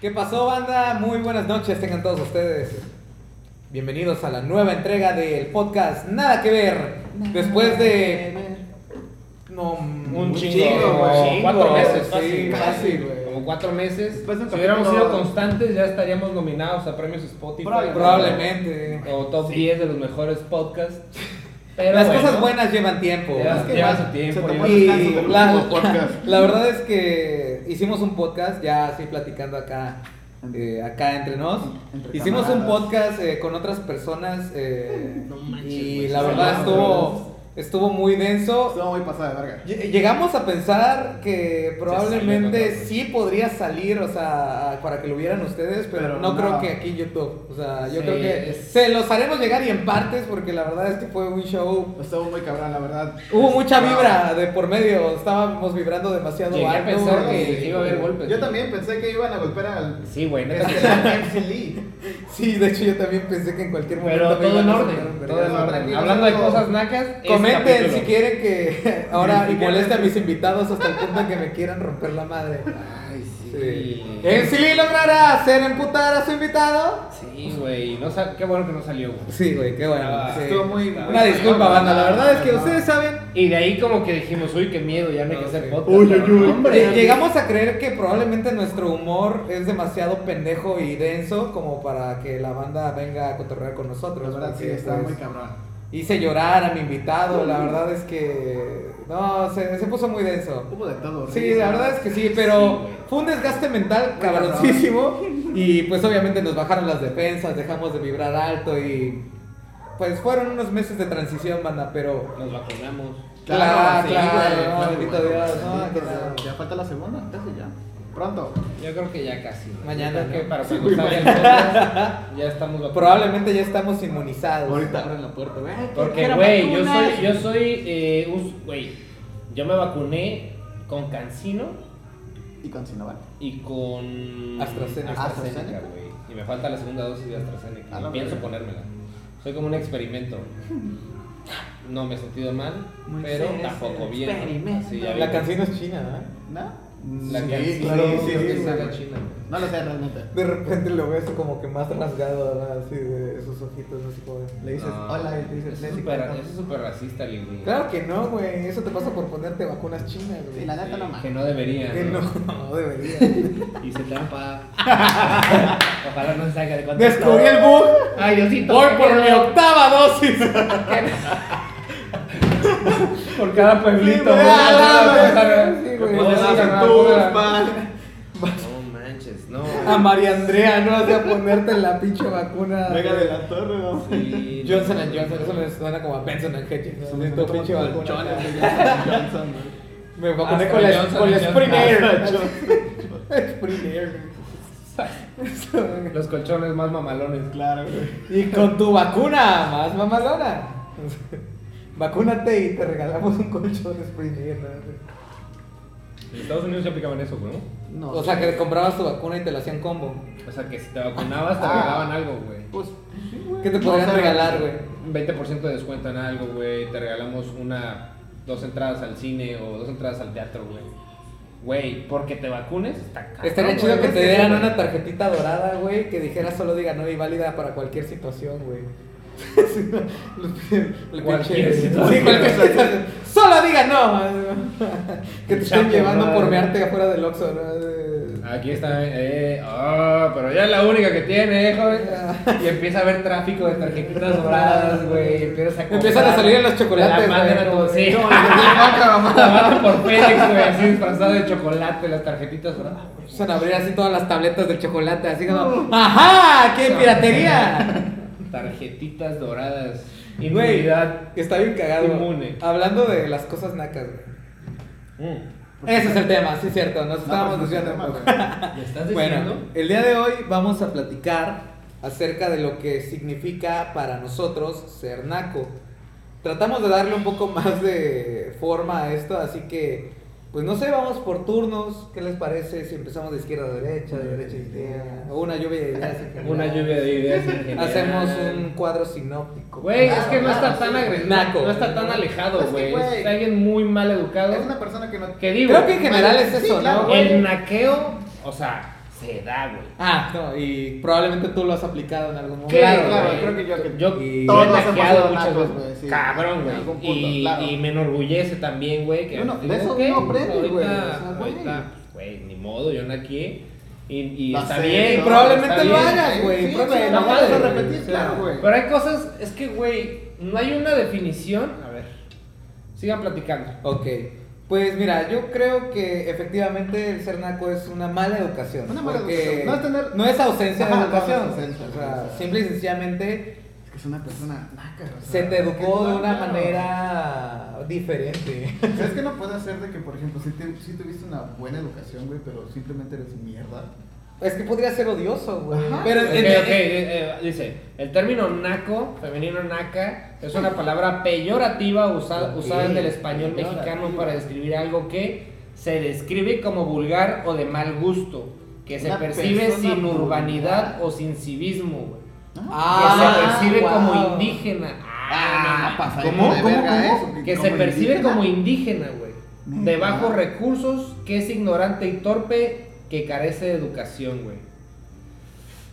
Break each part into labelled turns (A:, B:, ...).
A: ¿Qué pasó, banda? Muy buenas noches, tengan todos ustedes. Bienvenidos a la nueva entrega del podcast Nada que ver. Después de. No,
B: Un
A: muy
B: chingo,
C: güey.
B: Cuatro meses,
A: Sí,
B: fácil,
A: fácil, güey.
B: Como cuatro meses.
C: Después de un
B: si hubiéramos
C: capítulo-
B: sido constantes, ya estaríamos nominados a premios Spotify.
A: Probablemente.
B: O top 10 de los mejores podcasts. Pero
A: Las
B: bueno,
A: cosas buenas llevan tiempo.
B: Ya,
A: Es que
B: lleva
A: va-
B: su tiempo,
C: se
B: ya.
C: tomó
A: Y
C: el descanso del
A: la,
C: último podcast.
A: la verdad es que hicimos un podcast, ya así platicando acá, eh, acá entre nos.
C: Entre
A: hicimos un
C: camaradas.
A: podcast eh, con otras personas eh,
B: No manches,
A: y
B: güey,
A: la
B: se
A: verdad
B: llama,
A: estuvo, estuvo muy denso.
C: Estuvo muy pasada de verga.
A: Lle- Llegamos a pensar que
B: salió
A: probablemente
B: con todo.
A: sí podría salir, o sea, a- para que lo vieran ustedes, pero,
C: Pero
A: no,
C: no.
A: creo que aquí en YouTube. O sea, yo
B: Sí,
A: creo que
B: es-
A: se los haremos llegar y en partes porque la verdad es que fue un show
C: Estuvo muy cabrón, la verdad.
A: Hubo mucha vibra de por medio, estábamos vibrando demasiado
B: Llegué a
A: alto.
B: pensar
A: güey.
B: que iba a haber golpes.
C: Yo también pensé que iban a golpear al.
B: Sí, güey, neta que-
A: pues,
C: Este, al MC Lee.
A: Sí, de hecho yo también pensé que en cualquier momento
B: Pero
A: me
B: todo
A: iban
B: en
A: a sacar un
B: orden. Todo en
A: vergazo.
B: orden.
C: tranquilo,
B: Hablando de
C: todo.
B: cosas nacas. este
A: Comenten
B: capítulo. este.
A: si quieren que ahora y
C: Sí,
A: moleste a
C: quieren.
A: mis invitados hasta el punto en que me quieran romper la madre.
B: Ay, sí.
A: Sí. ¿En sí logrará hacer emputar a su invitado?
B: Sí, güey. No sa- qué bueno que no salió, güey.
A: Sí, güey, qué bueno.
B: Ah,
A: sí.
C: estuvo muy- muy
A: Una disculpa,
C: cabrón,
A: banda. La verdad es que
C: no.
A: ustedes saben
B: Y de ahí como que dijimos, uy, qué miedo, ya no hay que
A: No,
B: hacer
A: sí.
B: podcast.
C: Uy,
B: pero
C: uy, uy.
B: no, hombre.
A: Eh, llegamos a creer que probablemente nuestro humor es demasiado pendejo y denso como para que la banda venga a cotorrear con nosotros.
C: La verdad, sí,
A: porque,
C: estaba
A: pues,
C: muy cabrón.
A: Hice llorar a mi invitado, la verdad es que... No, se, se puso muy denso.
C: Hubo de todo.
A: Sí,
C: risas.
A: la verdad es que sí,
B: Sí,
A: pero
B: güey.
A: fue un desgaste mental
C: Muy
A: cabroncísimo y pues obviamente nos bajaron las defensas, dejamos de vibrar alto y... Pues fueron unos meses de transición, banda, pero...
B: Nos vacunamos.
A: Claro,
C: sí,
A: claro,
C: güey,
A: no,
C: claro,
A: bendito
C: güey.
A: Dios, no, que
C: Bendito
A: no.
C: Dios. Ya falta la segunda, casi ya. Pronto.
B: Yo creo que ya casi. güey.
A: Mañana,
B: Yo creo que
A: ¿no?
B: para
C: Sí,
B: cuando
C: güey,
B: salga el podcast, ya estamos vacunados.
A: Probablemente ya estamos inmunizados.
C: Ahorita abren la puerta, güey.
B: Porque, güey, yo soy, yo soy, eh, un, güey, yo me vacuné con Cancino
C: Y con Sinovac.
B: y con
A: AstraZeneca.
B: AstraZeneca,
C: AstraZeneca.
B: güey. Y me falta la segunda dosis de AstraZeneca.
C: A
B: y
C: la
B: pienso
C: verga.
B: ponérmela. Soy como un experimento. No me he sentido mal,
C: Muy
B: pero
C: bien,
B: tampoco
C: ese
B: bien.
C: experimento.
B: Sí, ya
A: La
B: vi.
A: canción es china, ¿verdad?
C: ¿No?
B: La
C: Sí,
B: canción
C: claro,
B: creo
C: sí,
B: que
C: sí,
B: saca
C: güey.
B: China, güey.
C: No lo sé realmente.
A: De repente lo ves como que más rasgado, ¿verdad? así de sus ojitos, así como de- le dices
B: No,
A: hola y te dices
B: eso
A: "Leslie
B: es Ah, súper-
A: Cano".
B: eso es súper racista, Lil, güey.
A: Claro que no, güey, eso te pasa por ponerte vacunas chinas, güey.
C: Sí, la neta no
B: Sí,
C: mames.
B: Que no debería.
A: Que no, no debería.
B: Y se trampa. Ojalá no se salga de contexto.
A: Descubrí el bug,
B: Ay, Diosito.
A: voy
B: ¿qué
A: por mi
B: miedo?
A: octava dosis.
B: Por cada
A: Sí,
B: pueblito. güey.
A: güey, ah,
B: Cada-
A: güey, sí, güey.
B: No,
A: Vas a
B: sí,
A: hacer
B: no, no, No manches, no.
A: A María Andrea, no hace a ponerte la pinche vacuna.
C: Venga de la torre, vamos.
B: Sí, no.
A: Johnson and Johnson, eso me suena como a Benson and Hedges.
C: Son
A: ¿no? Tu
C: como
A: pinche
C: colchones,
A: vacuna.
C: güey, Johnson, güey.
A: Me vacuné
B: Hasta
A: con la,
B: Johnson
A: con la
B: Johnson.
A: Spring Air.
C: Johnson.
A: Spring Air. güey.
B: Los colchones más mamalones.
C: Claro, güey.
A: Y con tu vacuna, más mamalona. Vacúnate y te regalamos un colchón de Spring Air, ¿no?
B: En Estados Unidos ya aplicaban eso, ¿no?
C: No,
A: O sea, que comprabas tu vacuna y te la hacían combo.
B: O sea, que si te vacunabas te
C: Ah.
B: regalaban algo, güey.
C: Pues, sí, güey.
A: ¿Qué te podrían
C: No, o sea,
A: regalar, güey?
B: Un 20% de descuento en algo, güey. Te regalamos una, dos entradas al cine o dos entradas al teatro, güey. Güey, porque te vacunes, está caro,
A: Estaría
B: güey.
A: chido que
B: Es
A: te dieran
B: güey.
A: una tarjetita dorada, güey, que dijera solo diga no y válida para cualquier situación, güey. Sí, no, lo- lo
B: Cualquier
A: pinche-
B: situación.
A: Sí, cualquier situación. Solo diga no. Que te estén
B: Chapo,
A: llevando por
B: madre.
A: mearte afuera del Oxxo, ¿no?
B: Aquí está, eh, ah, pero ya es la única que tiene, eh, joven. Y empieza a haber tráfico de tarjetitas doradas, güey. Empiezas a comprar.
A: Empiezan a salir en los chocolates,
B: Te La mandan
A: güey,
B: a tu-
A: como de-
B: sí.
A: No,
B: La mandan por FedEx, güey, así disfrazado de chocolate, las tarjetitas doradas.
A: Empiezan a abrir así todas las tabletas del chocolate, así como, ¡ajá! ¡Qué piratería!
B: Tarjetitas doradas.
A: Güey,
B: Inmunidad.
A: que está bien cagado.
B: Inmune.
A: Hablando de las cosas nacas, güey.
B: Mm.
A: Ese es el tema, sí, cierto. Nos estábamos
C: pues, no
A: desviando.
C: tema,
A: un poco.
C: güey.
B: ¿Me estás
A: Bueno,
B: diciendo?
A: el día de hoy vamos a platicar acerca de lo que significa para nosotros ser naco. Tratamos de darle un poco más de forma a esto, así que, pues no sé, vamos por turnos. ¿Qué les parece si empezamos de izquierda a derecha, de derecha a izquierda? O una lluvia de ideas. en general.
B: Una lluvia de ideas. en general.
A: Hacemos un cuadro sinóptico.
B: Güey,
C: Claro,
B: es que no
C: claro,
B: está tan
C: sí.
B: agresivo.
A: Naco.
B: No está tan alejado,
C: Es que,
B: güey.
C: güey.
B: Es alguien muy mal educado.
C: Es una persona que no.
B: Que digo,
A: Creo que en general es
C: Sí,
A: eso,
C: claro,
A: ¿no?
C: güey.
B: El naqueo, o sea, se da, güey.
A: Ah, no, y probablemente tú lo has aplicado en algún momento.
C: Claro, claro,
B: güey.
C: creo que yo que-
B: yo
A: y-
B: me
A: todos
B: he
A: hemos
B: naqueado
C: sido
B: muchas
C: nacos,
B: veces.
C: güey, sí.
B: Cabrón,
C: En
B: güey.
C: algún punto,
B: Y,
C: claro.
B: y me enorgullece también, güey. que
C: Bueno, de
B: digo,
C: eso
B: ok,
C: uno
B: pues,
C: aprende, güey,
B: ahorita-
C: o sea, güey.
B: ahorita, Güey, ni modo, yo naqué. Y, y
C: La
B: está
C: sé,
B: bien.
A: Y
C: ¿no?
B: está
A: probablemente lo
B: bien.
A: hagas, güey.
C: Sí,
A: probablemente lo
C: sí, no
A: hagas.
C: puedes
B: madre,
C: repetir,
A: o sea,
C: claro, güey.
B: Pero hay cosas, es que, güey, no hay una definición. A ver, sigan platicando.
A: Ok. Pues mira, yo creo que efectivamente el ser naco es una mala educación.
C: Una mala
A: porque
C: educación. No es tener-
A: no es ausencia de
C: Ajá, no es
A: educación.
C: ausencia,
A: o sea,
C: sí.
A: simple y sencillamente
C: Es que es una persona naca. o
A: se
C: sea,
A: te educó
C: que
A: de
C: no,
A: una
C: no.
A: manera diferente.
C: O sea, es que no puede hacer de que, por ejemplo, si, te, si tuviste una buena educación, güey, pero simplemente eres mierda.
A: Es que podría ser odioso, güey.
C: Ajá.
A: Pero
B: Ok,
A: en- en-
B: ok, eh, eh, dice, el término naco, femenino naca, es una palabra peyorativa usa- usada,
A: Ok,
B: en el español
A: peyorativa.
B: mexicano para describir algo que se describe como vulgar o de mal gusto, que se
C: Una
B: percibe
C: persona
B: sin
C: vulgar.
B: urbanidad o sin civismo, güey,
A: Ah,
B: que se percibe
A: wow.
B: como indígena. Ah, no,
C: pasa
B: ¿Cómo?
C: de
B: ¿Cómo?
C: verga
B: ¿Cómo?
C: eso,
B: Que
C: como
B: se percibe
C: indígena.
B: como indígena, güey. De
C: Neta.
B: bajos recursos, que es ignorante y torpe, que carece de educación, güey.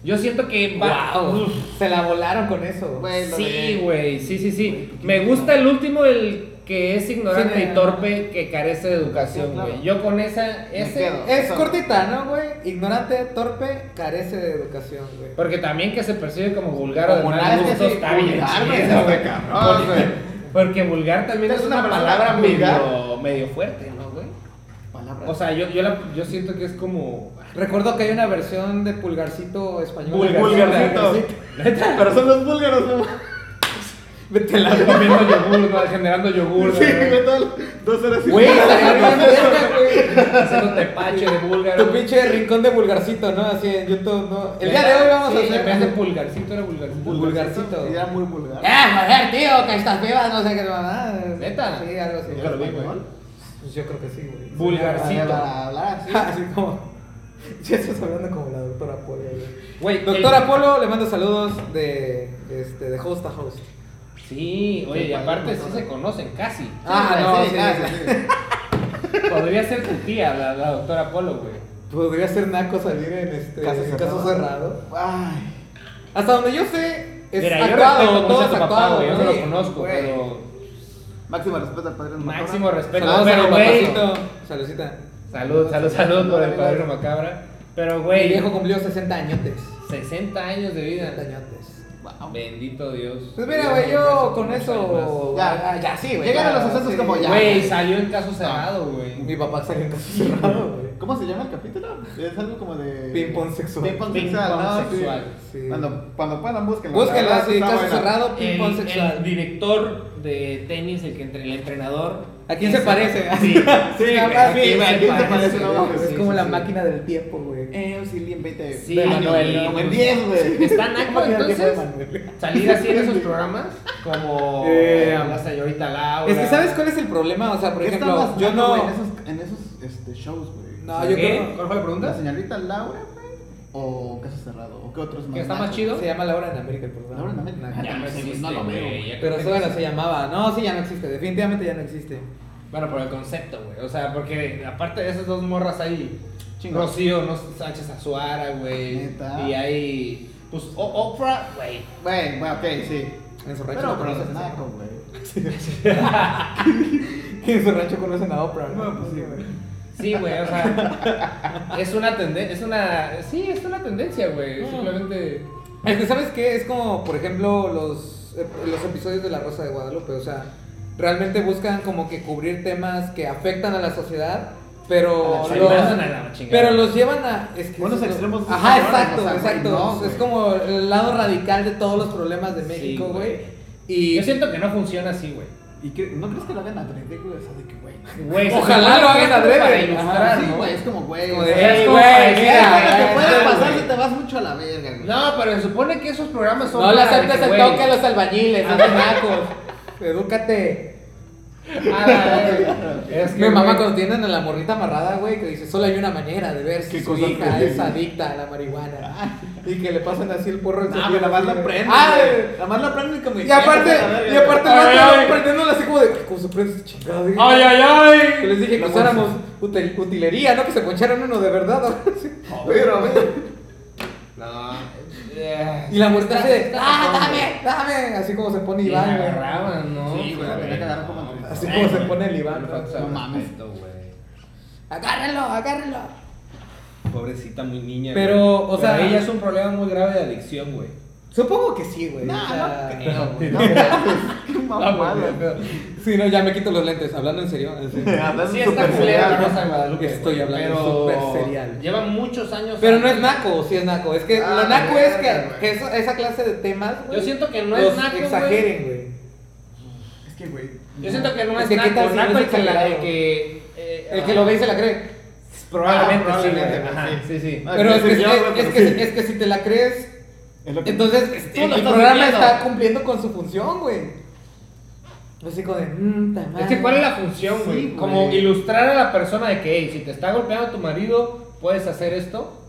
B: Yo siento que va-
A: Wow.
B: Uf,
A: Se la volaron con eso.
C: Güey, lo
B: sí,
C: de-
B: güey, sí, sí, sí.
C: Güey, qué
B: Me
C: chingón.
B: gusta el último, el que es ignorante
A: Sí,
B: y
A: no.
B: torpe, que carece de educación,
C: Sí,
B: güey.
C: claro.
B: Yo con esa,
C: Me
B: ese,
C: quedo.
A: Es cortita, ¿no, güey? Ignorante, torpe, carece de educación, güey.
B: porque también que se percibe como vulgar o de
A: Como
B: mal
A: nada,
B: gusto,
A: es que sí,
B: está bien
C: vulgar, güey,
B: chido, güey.
C: está cabrón,
B: Porque-
C: güey.
B: Porque vulgar también es,
C: Es
B: una
C: una
B: palabra,
C: palabra vulgar.
B: medio, medio fuerte, ¿no, güey?
C: Palabras.
B: O sea, yo, yo, la- yo siento que es como...
A: Recuerdo que hay una versión de Pulgarcito español.
B: Vulgar.
C: vulgarcito. Pero son los búlgaros, ¿no?
A: Vete la
B: Comiendo yogur, ¿no? generando yogur.
C: Sí,
B: ¿no?
C: güey, todas- dos horas y
B: Güey,
C: media.
B: estaría bien
A: verga, güey.
B: Haciendo tepache de búlgaro.
A: Tu pinche rincón de Pulgarcito, ¿no? Así en YouTube, ¿no? El día de hoy vamos a hacer...
B: En vez de pulgarcito era vulgarcito.
A: vulgarcito.
C: Era muy vulgar.
A: Ah, joder, tío, que estás viva, no sé qué mamá.
B: ¿Neta?
A: Sí, algo así.
B: Nunca lo vi, güey.
A: Pues yo creo que sí, güey.
B: Vulgarcito.
C: Para hablar así.
A: Así como. Ya estás hablando como la doctora Polo, güey.
B: Güey,
A: Doctora
B: el-
A: Polo, le mando saludos de, este, de host a host.
B: Sí, oye, y
C: Sí,
B: aparte
C: padre,
B: sí
C: ¿no?
B: se conocen casi.
A: Ah, no, sí,
C: ah,
A: sí.
B: Podría ser tu tía, la, la doctora Polo, güey.
A: Podría ser Naco salir en este
C: Caso
A: en
C: cerrado.
A: caso cerrado.
C: Ay.
A: Hasta donde yo sé, es
B: Mira,
A: actuado,
B: yo respeto
A: todo
B: mucho a
A: es
B: tu papá,
A: actuado,
B: güey. Yo no lo
A: sí,
B: conozco,
A: güey.
B: pero.
C: Máximo respeto al padre de Macorra.
B: Máximo respeto.
A: Saludos
B: pero,
A: a mi
B: güey.
A: papacito. Saludcita.
B: Salud, salud, salud por el padre macabra. Pero,
A: Mi
B: güey,
A: viejo cumplió 60 añotes.
B: 60 años de vida.
A: 60 añotes.
C: Wow.
B: Bendito Dios.
A: Pues mira, güey, yo con eso.
C: Ya.
A: ah, ya sí, güey.
C: Llegan
A: ya,
C: a los sucesos
A: sí.
C: como ya.
B: Güey, salió en caso cerrado,
A: Mi
B: güey.
A: papá salió en caso cerrado, güey.
C: ¿Cómo se llama el capítulo? Es algo como de.
A: Ping-pong sexual.
C: Ping-pong
B: Ping-pong
C: sexual, ¿no? Sí.
B: sexual.
A: Sí.
C: Cuando, cuando puedan, búsquenlo.
A: Búsquenlo
C: La verdad,
A: así,
C: está
A: caso
C: buena.
A: cerrado,
B: El,
A: ping-pong sexual.
B: el director de tenis, el que entre el entrenador.
A: ¿A quién se
B: Ese-
A: parece?
B: Sí,
A: Sí,
B: güey,
A: capaz,
B: ¿a quién
A: sí,
B: se
A: ¿a quién se
C: parece? No,
B: güey?
C: pues,
A: es
B: Sí,
A: como
B: sí,
A: la
B: sí.
A: máquina del tiempo, güey.
C: Eh, sí, bien, 20.
B: Sí,
C: años,
B: Manuel,
C: güey, Como en
B: Manuel.
C: 10, güey.
B: ¿Está naco
A: Máquina del tiempo de
B: entonces?
A: Manuel.
B: Salir así en esos programas como
A: Eh,
B: la señorita Laura.
A: Es que, ¿sabes cuál es el problema? O sea, por
C: ¿Qué está
A: ejemplo,
C: más
A: yo
C: naco,
A: no.
C: güey, En esos, en esos este, shows, güey. ¿Eh?
A: No,
C: O sea,
A: Ah, yo
B: ¿Qué?
A: creo-
B: ¿Cuál fue la
C: ¿La
B: pregunta?
C: señorita Laura, güey? ¿O Caso Cerrado? ¿O qué otros más?
B: ¿Qué está más
C: nacos?
B: chido?
A: Se llama Laura en América el programa.
C: Laura en América.
A: Naco.
C: Ya no existe,
B: no lo
C: güey,
B: veo, güey.
A: Pero eso no se llamaba. No, sí, ya no existe. Definitivamente ya no existe.
B: Bueno, por el concepto, güey. O sea, porque aparte de esas dos morras hay
C: Chingón.
B: Rocío no, Sánchez Azuara, güey.
C: Neta.
B: Y hay. Pues O- Oprah, güey.
C: Güey, bueno, ok, sí.
A: En su rancho
C: Pero,
A: no
C: pero es
A: conocen a-
C: naco, güey.
A: En su rancho conocen a Oprah. ¿no?
C: No, pues sí, güey.
B: Sí, güey, o sea. es una tendencia. Es una. Sí, es una tendencia, güey.
A: Mm.
B: Simplemente.
A: Es que, ¿sabes qué? Es como, por ejemplo, los, eh, los episodios de La Rosa de Guadalupe. O sea, realmente buscan como que cubrir temas que afectan a la sociedad, pero,
C: A la
A: los,
B: chingada. A la chingada.
A: pero los llevan a... es que
C: Unos
A: es-
C: extremos muy
A: Ajá,
C: cabrones,
A: exacto,
C: o sea, güey,
A: exacto.
C: no,
A: es
C: güey.
A: como el lado radical de todos los problemas de
B: Sí,
A: México,
B: güey.
A: güey. y
B: Yo siento que no funciona así, güey.
C: ¿Y qué- no crees que lo hagan adrede, güey? O sea, de que, güey.
B: Güey, se
A: Ojalá
B: supone
A: lo
B: que
A: hagan
B: es como
A: adrede.
B: para
A: Ajá,
B: ilustrar,
C: sí,
B: ¿no?
C: güey, es como, güey.
A: Como
C: o
A: de,
C: sea,
A: "Ey,
C: es
A: güey,
B: para
A: mira,
B: decir,
A: mira,
B: "Ah,
A: lo
C: lo
A: que
C: que
A: puede
C: puede
A: pasar
C: pasar
A: güey.
C: si te vas mucho a la verga, güey.
B: No, pero se supone que esos programas son.
A: No le
B: para
A: aceptes
B: que,
A: el
B: güey,
A: toque a los albañiles, a los nacos. Edúcate.
B: Ah, güey. es que,
A: Mi mamá
B: güey,
A: cuando tienen a la morrita amarrada, güey, que dice, solo hay una manera de ver si
C: ¿Qué
A: su
C: cosa
A: hija
C: crees?
A: es adicta a la
B: Ah.
A: marihuana. Y que le pasan así el porro. en su
D: No,
A: pie,
D: güey, nada más
A: así,
D: la
A: güey.
D: prende.
A: Ah,
D: güey. Nada más la prende como.
A: Y aparte, y aparte,
B: Ay,
A: el vato
B: ay.
A: prendiéndola así como de, ¿cómo se prende esta chingada? güey?"
B: ¡Ay, ay, ay!
A: Que les dije que
B: La
A: usáramos
B: bolsa.
A: util- utilería, ¿no? Que se poncharon uno de verdad. ahora sí.
D: Pero, güey. No. eh,
A: Y la muerta así de,
D: está
A: ¡ah,
D: cabrón, güey.
A: dame, dame! Así como se pone
B: Y la
A: Iván, güey.
B: agarraban, ¿no?
C: Sí, güey, la tenía que agarrar como entre-
A: Así como se pone el Iván,
B: No
A: ¿no?
B: falta
C: No mames.
B: respeto, güey.
A: ¡Agárrenlo, agárrenlo!
D: Pobrecita, muy niña.
A: Pero, o
D: güey.
A: sea-
D: Ella es un problema muy grave de adicción, güey.
A: Supongo que sí, güey. o sea,
C: güey. No, mames, Qué
B: No, güey,
C: mamada.
B: pero-
A: Sí, no, ya me quito los lentes. Hablando en serio. en serio.
C: Hablando
B: Sí, está
C: súper
B: culera la
C: real.
B: Rosa de Guadalupe.
A: Estoy
B: güey,
A: hablando
B: pero
A: súper serial.
B: Lleva muchos años.
A: Pero no es naco, sí es naco. Es que
C: Ah,
A: lo naco es que,
C: verga, güey.
A: que eso- esa clase de temas, güey,
B: Yo siento que no
A: los
B: es naco. güey.
A: exageren, güey.
C: Es que, güey.
B: Yo siento que no
A: Es
B: es
A: que ¿qué tal
B: naco.
A: si
B: Naco
A: no es
B: el que la-
A: exagerado?
B: el que. eh,
A: El que lo ve y se la cree.
B: Probablemente,
C: Ah, probablemente,
B: sí, güey.
C: güey,
B: Ajá,
C: sí.
B: sí, sí.
C: Ah,
A: Pero es que,
C: sí, yo,
A: es-
C: güey, pero
A: es que-
C: sí.
A: es que si te la crees,
C: Es lo que-
A: entonces este,
B: tú
A: el
B: lo estás
A: programa
B: viviendo.
A: está cumpliendo con su función, güey. Así como de, mmm,
B: Es que cuál es la función,
C: Sí,
B: güey.
C: güey.
B: Como ilustrar a la persona de que, hey, si te está golpeando tu marido, puedes hacer esto.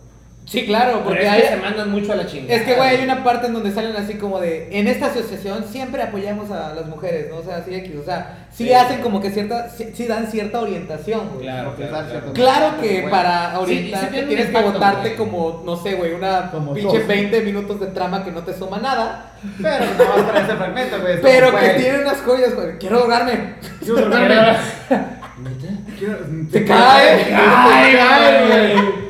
A: Sí, claro,
B: Porque
A: porque
B: es
A: hay,
B: que se mandan mucho a la chingada.
A: Es que, güey, hay una parte en donde salen así como de, en esta asociación siempre apoyamos a las mujeres, ¿no? O sea, así X, o sea, sí,
B: Sí.
A: hacen como que cierta, sí, sí dan cierta orientación, güey. Claro.
B: Claro,
C: Porque
B: claro,
C: es
B: claro.
C: cierto.
A: que
B: Güey.
A: para
B: Sí,
A: orientarte
B: sí tiene un
A: tienes que
B: impacto,
A: votarte
B: güey.
A: como, no sé, güey, una
C: Como
A: pinche
C: dos.
A: 20 minutos de trama que no te suma nada,
C: Pero no vas para ese fragmento, güey.
A: pero
C: Güey,
A: que tiene unas joyas, güey. Quiero drogarme.
C: Quiero drogarme. Quiero-
A: Te cae.
B: ¡Ay, ay, güey!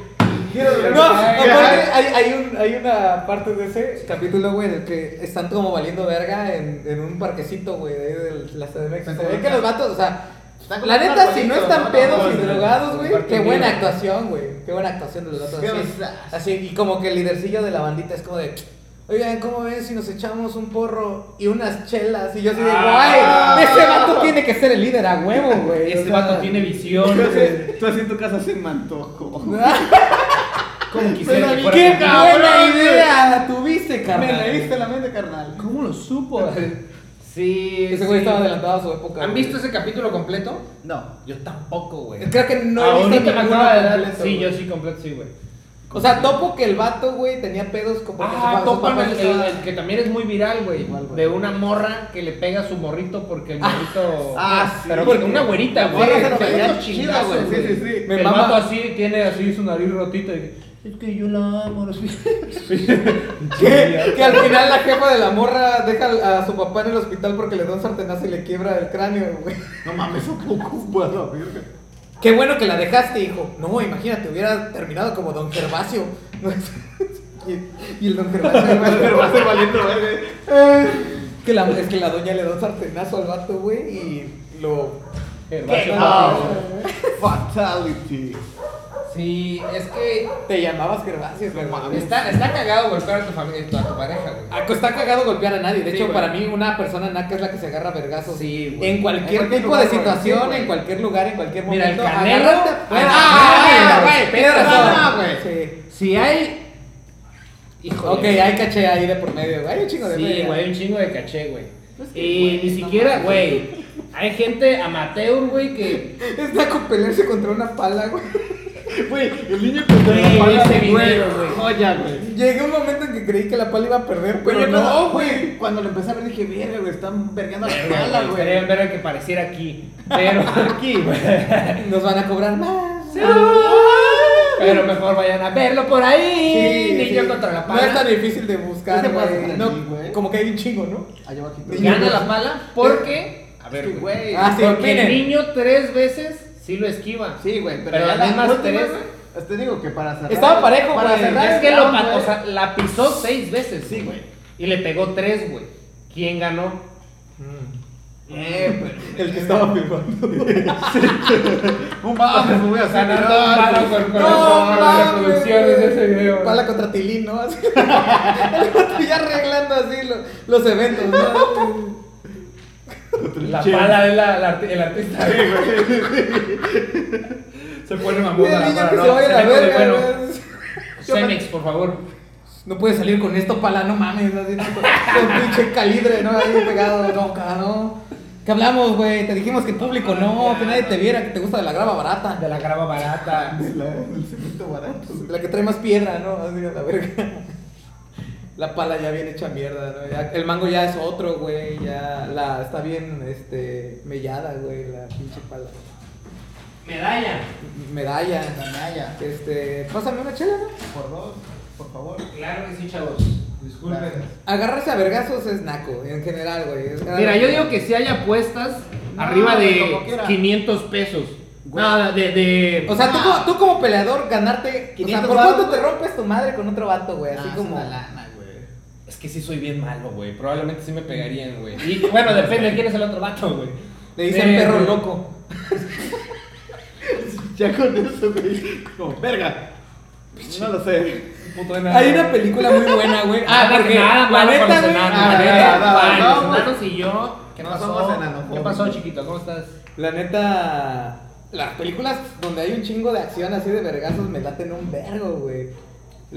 C: Quiero drogarme.
A: No,
C: Ay,
A: aparte hay, hay, un- hay una parte de ese capítulo, güey, en el que están como valiendo verga en, en un parquecito, güey, de ahí de la CDMX. Se ve que los vatos, o sea,
C: Están como
A: la neta, si no
C: arbolitos,
A: están
C: ¿no?
A: pedos
C: Como
A: y
C: los-
A: drogados,
B: los
A: güey, qué
B: partidos.
A: buena actuación, güey. Qué buena actuación de los vatos.
C: Qué
A: Así,
C: besas.
A: así, y como que el lidercillo de la bandita es como de. Oigan, ¿cómo ven si nos echamos un porro y unas chelas? Y yo así de,
B: Ah.
A: guay, ese vato tiene que ser el líder a huevo, güey.
B: Este
A: o sea.
B: vato tiene visión,
C: Yo
B: güey.
C: sé, Tú así en tu casa se me antojo.
B: Como
C: Pero
B: quisiera que
C: ni
B: fuera
A: ¡Qué
B: así.
A: buena
B: ¡Cabrón,
A: idea tuviste,
C: Me
A: carnal!
C: leíste la mente, carnal.
D: ¿Cómo lo supo?
B: Sí,
A: Ese güey
B: sí.
A: estaba adelantado a su época.
B: ¿Han
A: güey.
B: visto ese capítulo completo? Ah,
D: No, yo tampoco, güey.
A: Creo que no he
B: Ahorita
A: visto
B: me
A: ninguno
B: acaba de dar.
A: completo,
B: Sí,
A: güey.
B: yo sí, completo, sí, güey.
A: O sea, topo que el vato, güey, tenía pedos como...
B: Ah, topan el, el- el
A: que...
B: que también es muy viral, güey.
C: Igual, güey.
B: De una morra que le pega a su morrito porque el morrito.
C: ah, sí.
B: Pero
C: Porque
B: una güerita,
C: la
B: güey.
C: morra se
B: Se
C: lo
B: ve
C: veía
B: unos
C: chida,
B: chingazos,
C: güey. Sí,
B: güey.
C: sí, sí.
A: Me
B: el
A: mama-
B: vato así tiene así su nariz rotita. y- Es que yo la amo. no sé".
A: Que, que al final la jefa de la morra deja a su papá en el hospital porque le da un sartenazo y le quiebra el cráneo, güey.
C: No mames, un poco, güey, la verga.
A: Qué bueno que la dejaste, hijo. No, imagínate, hubiera terminado como Don Gervasio. y, y el Don Gervasio... güey,
C: Pero va a ser valiendo, verga.
A: que la, es que la doña le da un sartenazo al vato, güey, y lo...
B: El
C: Qué
A: Ah,
B: vato-
C: cabrón. Ah, Fatality.
B: Sí, es que.
A: Te llamabas Gervasio, güey.
B: Está, está cagado golpear a tu, fami- eh, a tu pareja, güey.
A: Ah, Está cagado golpear a nadie. De
B: Sí,
A: hecho,
B: güey.
A: para mí, una persona naca es la que se agarra a vergazos.
B: Sí, güey.
A: en cualquier
C: En cualquier
A: tipo
C: lugar,
A: de
C: güey.
A: situación,
C: Sí, güey.
A: en cualquier lugar, en cualquier
B: Mira, el
A: momento.
B: Canelo-
A: agárrate-
B: Ah,
A: Ah,
B: ah,
A: güey,
B: güey,
A: tienes
B: pero
A: razón.
B: no,
A: Sí.
B: Si hay. Híjole.
A: Ok, hay caché ahí de por medio. güey. Hay un chingo de ¿eh?
B: Sí,
A: media.
B: güey, hay un chingo de caché, güey.
C: Es que,
B: Y
C: güey,
B: ni
C: no
B: siquiera,
C: mames.
B: güey. Hay gente amateur, güey, que.
A: Es naco pelearse contra una pala, güey.
C: Güey, el niño con la
B: Güey,
C: pala
B: ese
C: de
B: video, güey.
C: Joya, güey.
A: Llegué a un momento en que creí que la pala iba a perder, pero
C: Güey,
A: no, güey.
C: Cuando lo empecé a ver dije, verga, güey, están vergando a la pala,
B: Ojalá,
C: güey.
B: Estaría ver el que pareciera aquí. Pero aquí, güey.
A: Nos van a cobrar más.
B: Pero mejor vayan a verlo por ahí.
A: Sí,
B: Niño
A: sí.
B: contra la
A: No es tan
B: pala.
A: difícil de buscar,
C: Ese puede
A: güey.
C: ser
A: No,
C: aquí, güey.
A: como que hay un chingo, ¿no?
C: Allá abajito.
A: Niño.
B: Gana la pala porque. A
C: Es
B: ver,
C: que,
B: güey.
C: güey.
A: Ah, sí,
B: Porque
A: miren.
B: el niño tres veces sí lo esquiva.
C: Sí, güey, pero,
B: Pero
C: ya
B: las
C: las
B: mismas
C: últimas,
B: tres-
C: güey, Te digo que para cerrar.
A: Estaba parejo,
C: para
A: güey.
C: cerrar.
B: Es
C: el
B: que lo
C: round,
B: pa-
C: güey.
B: o sea, la pisó seis veces.
C: Sí, güey.
B: Y le pegó tres, güey. ¿Quién ganó?
C: Eh, pero-
A: El que estaba filmando.
C: Un mames, me voy a hacer.
B: Ganando
C: viral,
B: un palo
C: güey.
B: con- con-
A: No,
B: con las
A: mames,
B: reproducciones de ese
A: güey.
B: video.
A: Pala contra Tilín, ¿no? Así. El vato ya arreglando así lo- los eventos, ¿no?
B: La pala es la, la arti- el artista.
D: Se pone mamón.
A: Mira,
B: la
A: niño,
B: pala,
A: que
B: no,
A: se vaya a la
B: se me come,
A: verga,
B: bueno.
A: güey. Yo me-
B: Cemex, por favor.
A: No puedes salir con esto, pala, no mames. Así, ¿no? con, con pinche calibre, ¿no? Ahí pegado, no, cara, no. ¿Qué hablamos, güey? Te dijimos que en público no, que nadie te viera, que te gusta de la grava barata.
B: De la grava barata.
C: De la- Del cemento barato. güey.
A: La que trae más piedra, ¿no? Así a la verga. La pala ya bien hecha mierda, ¿no? Ya- el mango ya es otro, güey. Ya la está bien este, mellada, güey, la pinche pala.
E: Medalla.
A: Medalla.
C: La Naya.
A: Este, pásame una chela, ¿no?
C: Por dos, por favor.
E: Claro que sí, chavos. Disculpen.
C: Gracias.
A: Agarrarse a vergazos es naco, en general, güey. Es-
B: Mira, yo digo que si hay apuestas
C: No,
B: arriba de
C: como quiera.
B: 500 pesos. Nada, de, de.
A: O sea, tú, como- tú como peleador, ganarte. O sea,
C: 500
A: ¿por cuánto
C: varos,
A: te
C: güey?
A: rompes tu madre con otro vato, güey? Así
C: Ah, es
A: como.
C: una lana, güey.
B: Es que sí soy bien malo, güey. Probablemente sí me pegarían, güey. Y bueno, depende de quién es el otro vato, güey.
A: Le dicen
B: Eh,
A: perro
B: güey.
A: loco.
C: Ya con eso, güey. Como, verga. No lo sé.
B: Puto de nada.
A: Hay una película muy buena, güey. Ah, porque
B: nada,
A: la
B: malo con
A: neta,
B: los
A: güey. Ah,
B: enanos,
A: la
B: la
A: neta,
B: neta,
C: nada,
B: ay,
C: nada,
B: los
C: güey.
B: enanos y yo. ¿Qué
C: No
B: pasó?
C: somos enanofóbicos.
B: ¿Qué pasó, chiquito? ¿Cómo estás?
A: La neta, las películas donde hay un chingo de acción así de vergazos me laten un vergo, güey.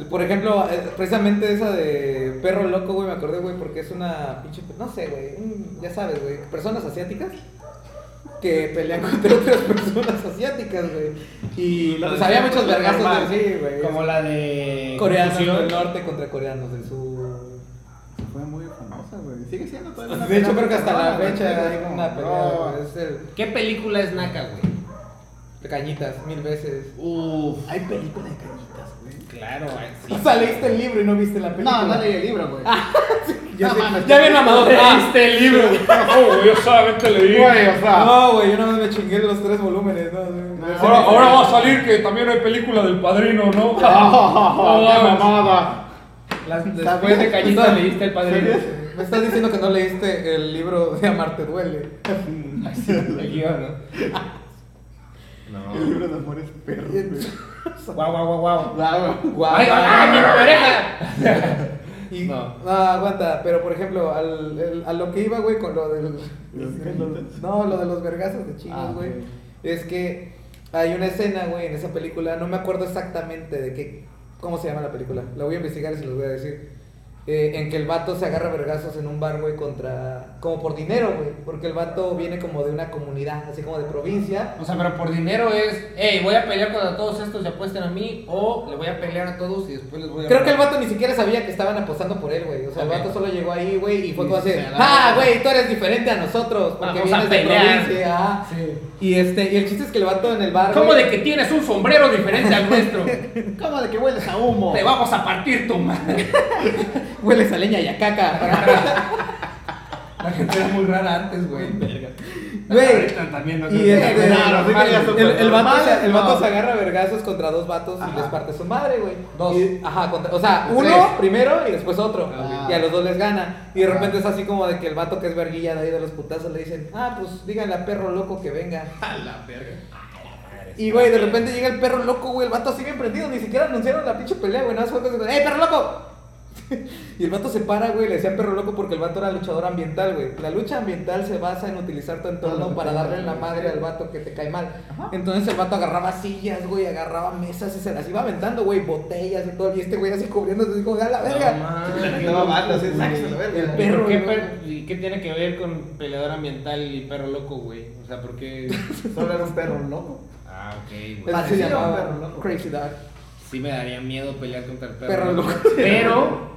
A: Por ejemplo, eh, precisamente esa de Perro Loco, güey, me acordé, güey, porque es una pinche, no sé, güey, un- ya sabes, güey, personas asiáticas que pelean contra otras personas asiáticas, güey. Y
C: Lo
A: pues
C: de
A: había
C: siempre,
A: muchos
C: lo
A: vergazos
C: normal.
A: de sí, güey.
B: Como la de.
A: coreanos
B: Confusión.
A: del norte contra coreanos del sur.
C: Fue muy famosa, güey. Sigue siendo todavía una
A: De hecho,
C: pelea
A: creo que hasta la
C: muy
A: fecha
C: cabrona,
A: hay
C: güey.
A: una pelea,
C: No.
B: pues.
A: güey, es el
B: ¿Qué película es Naka, güey?
A: cañitas mil veces.
B: Uf.
C: Hay película de cañitas, güey.
B: Claro, ay, sí.
A: O sea, leíste el libro y no viste la película.
C: No, no leí el libro, güey.
A: Yo
C: No
A: sí-
C: mames,
A: ya
C: te-
A: bien mamador. Ah,
B: Leíste el libro. No, yo solamente leí.
C: Güey, o sea.
A: No, güey, yo nada más me chingué los tres volúmenes, ¿no? Sí.
C: Ahora- ahora va a
B: salir que también hay película del padrino, ¿no?
C: ¡Qué mamada!
B: después de Cañita leíste el padrino.
A: Me estás diciendo que no leíste el libro de Amarte Duele.
B: El guión, ¿no?
C: El libro de amores perros, güey.
B: Guau, guau, guau, guau.
C: Guau, güey.
A: Guau.
B: ¡Ay, ay, ay, mi oreja!
A: Y-
B: No.
A: Ah, aguanta, pero por ejemplo, al, el- a lo que iba, güey, con lo del.
C: ¿Los cañitas?
A: no, lo de los vergazos de chingos,
C: Ah,
A: güey.
C: ok.
A: Es que hay una escena, güey, en esa película, no me acuerdo exactamente de qué. ¿Cómo se llama la película? La voy a investigar y se los voy a decir. eh, en que el vato se agarra a vergazos en un bar, güey, contra. como por dinero, güey. Porque el vato viene como de una comunidad, así como de provincia.
B: O sea, pero por dinero es, hey, voy a pelear contra todos estos y apuesten a mí, o le voy a pelear a todos y después les voy a.
A: Creo que el vato ni siquiera sabía que estaban apostando por él, güey. O sea,
B: Ok.
A: el vato solo llegó ahí, güey, y fue como así,
B: se la-
A: ¡ah, güey, tú eres diferente a nosotros! Porque
B: Vamos a
A: vienes de
B: pelear".
A: provincia. ajá".
B: Sí.
A: Y este, y el chiste es que el vato en el bar.
B: ¿Cómo
A: güey,
B: de que tienes un sombrero diferente al nuestro? Te
C: ¿Cómo de que hueles a humo?
B: vamos a partir tu madre.
A: Hueles a leña y a caca.
B: La gente era muy rara antes, güey.
A: Güey.
B: Ahorita también, no
A: Y
B: creo
A: este,
B: que-
C: claro, así que ya
A: el,
C: son
A: el vato
C: normales,
A: se, el vato
C: no.
A: se agarra a vergazos contra dos vatos y
C: Ajá.
A: les parte su madre, güey.
B: Dos.
A: Y- ajá, contra- o sea,
B: Tres.
A: uno primero y después otro.
C: Ah, ok.
A: Y a los dos les gana. Y de
C: Ajá.
A: repente es así como de que el vato que es verguilla de ahí de los putazos le dicen, ah, pues díganle a perro loco que venga.
C: A la verga.
A: Y güey, de repente llega el perro loco, güey, el vato así bien prendido, ni siquiera anunciaron la pinche pelea, güey, nada más fue como, ¡eh, perro loco! y el vato se para, güey, le decían perro loco porque el vato era luchador ambiental, güey. La lucha ambiental se basa en utilizar tu
C: Todo lo
A: entorno
C: que
A: para
C: tenga,
A: darle la
C: güey.
A: madre al vato que te cae mal.
C: Ajá.
A: Entonces el vato agarraba sillas, güey, agarraba mesas y se las iba aventando, güey, botellas y todo. Y este güey así cubriéndose, dijo, ¡a la
B: No,
A: verga!
B: man.
C: No, mata, sí, sáquese la verga.
A: El
B: ¿Y
A: perro,
B: por qué
A: ¿no?
B: per- ¿Y qué tiene que ver con peleador ambiental y perro loco, güey? O sea, ¿por qué?
C: Solo era un perro loco.
B: Ah, ok, güey.
C: Ah,
A: Así
C: sí,
A: se
C: era un
A: llamaba,
C: perro loco.
A: Crazy Dog.
B: Sí me daría miedo pelear contra el perro,
A: Perro
B: loco.
A: loco.
B: Pero,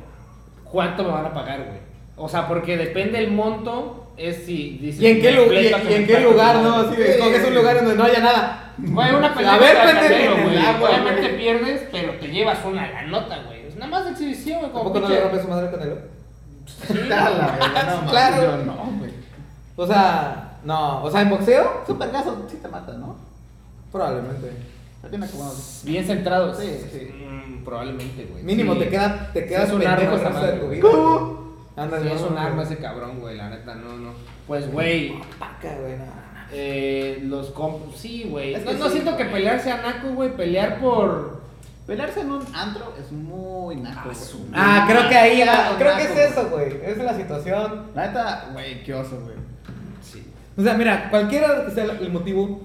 B: ¿cuánto me van a pagar, güey? O sea, porque depende el monto, es si... dices,
A: ¿Y en qué,
B: me
A: lu-
B: fleto
A: y-
B: que
A: y en
B: me
A: qué
B: parto
A: lugar,
B: tu
A: no?
B: madre.
A: Así de, es un lugar en donde no haya nada.
B: Güey, una pelea
A: A ver,
B: contra el
A: pendejo,
B: casero,
A: en el
B: güey.
A: agua,
B: Obviamente
A: güey.
B: pierdes, pero te llevas una la nota, güey. Es nada más de exhibición, güey. como
A: ¿Tampoco no
B: pinche-
A: le rompe su madre al Canelo?
B: Sí,
C: A la verga, no,
A: Claro.
C: mames, yo no, güey.
A: O sea, no, o sea, en boxeo,
C: Un pergazo sí te mata, ¿no?
A: probablemente.
C: Apenas como...
B: Bien centrados.
C: Sí, sí.
B: Mm, probablemente, güey.
A: Mínimo
B: Sí.
A: te queda, te
B: Sí,
A: quedas
B: es un
A: pendejo
B: arma
A: el
B: esa
A: resto de
B: madre,
A: tu
B: güey.
A: vida.
C: ¿Cómo?
A: Anda,
B: Sí, es
A: no,
B: un arma
A: güey.
B: ese cabrón, güey, la neta, no, no. Pues, güey,
A: Paca, güey, no.
B: eh, los comp... Sí, güey.
C: Es
B: No,
C: que
B: no
C: sí,
B: siento que
C: güey.
B: pelear sea naco, güey. Pelear por...
C: Pelearse en un antro es muy naco,
B: Ah, su-
C: güey.
A: Ah, creo que ahí, ah,
C: Naco,
A: creo que es
C: naco,
A: eso, güey. Es la situación.
C: La neta, güey, qué oso, güey.
B: Sí.
A: O sea, mira, cualquiera que sea el motivo,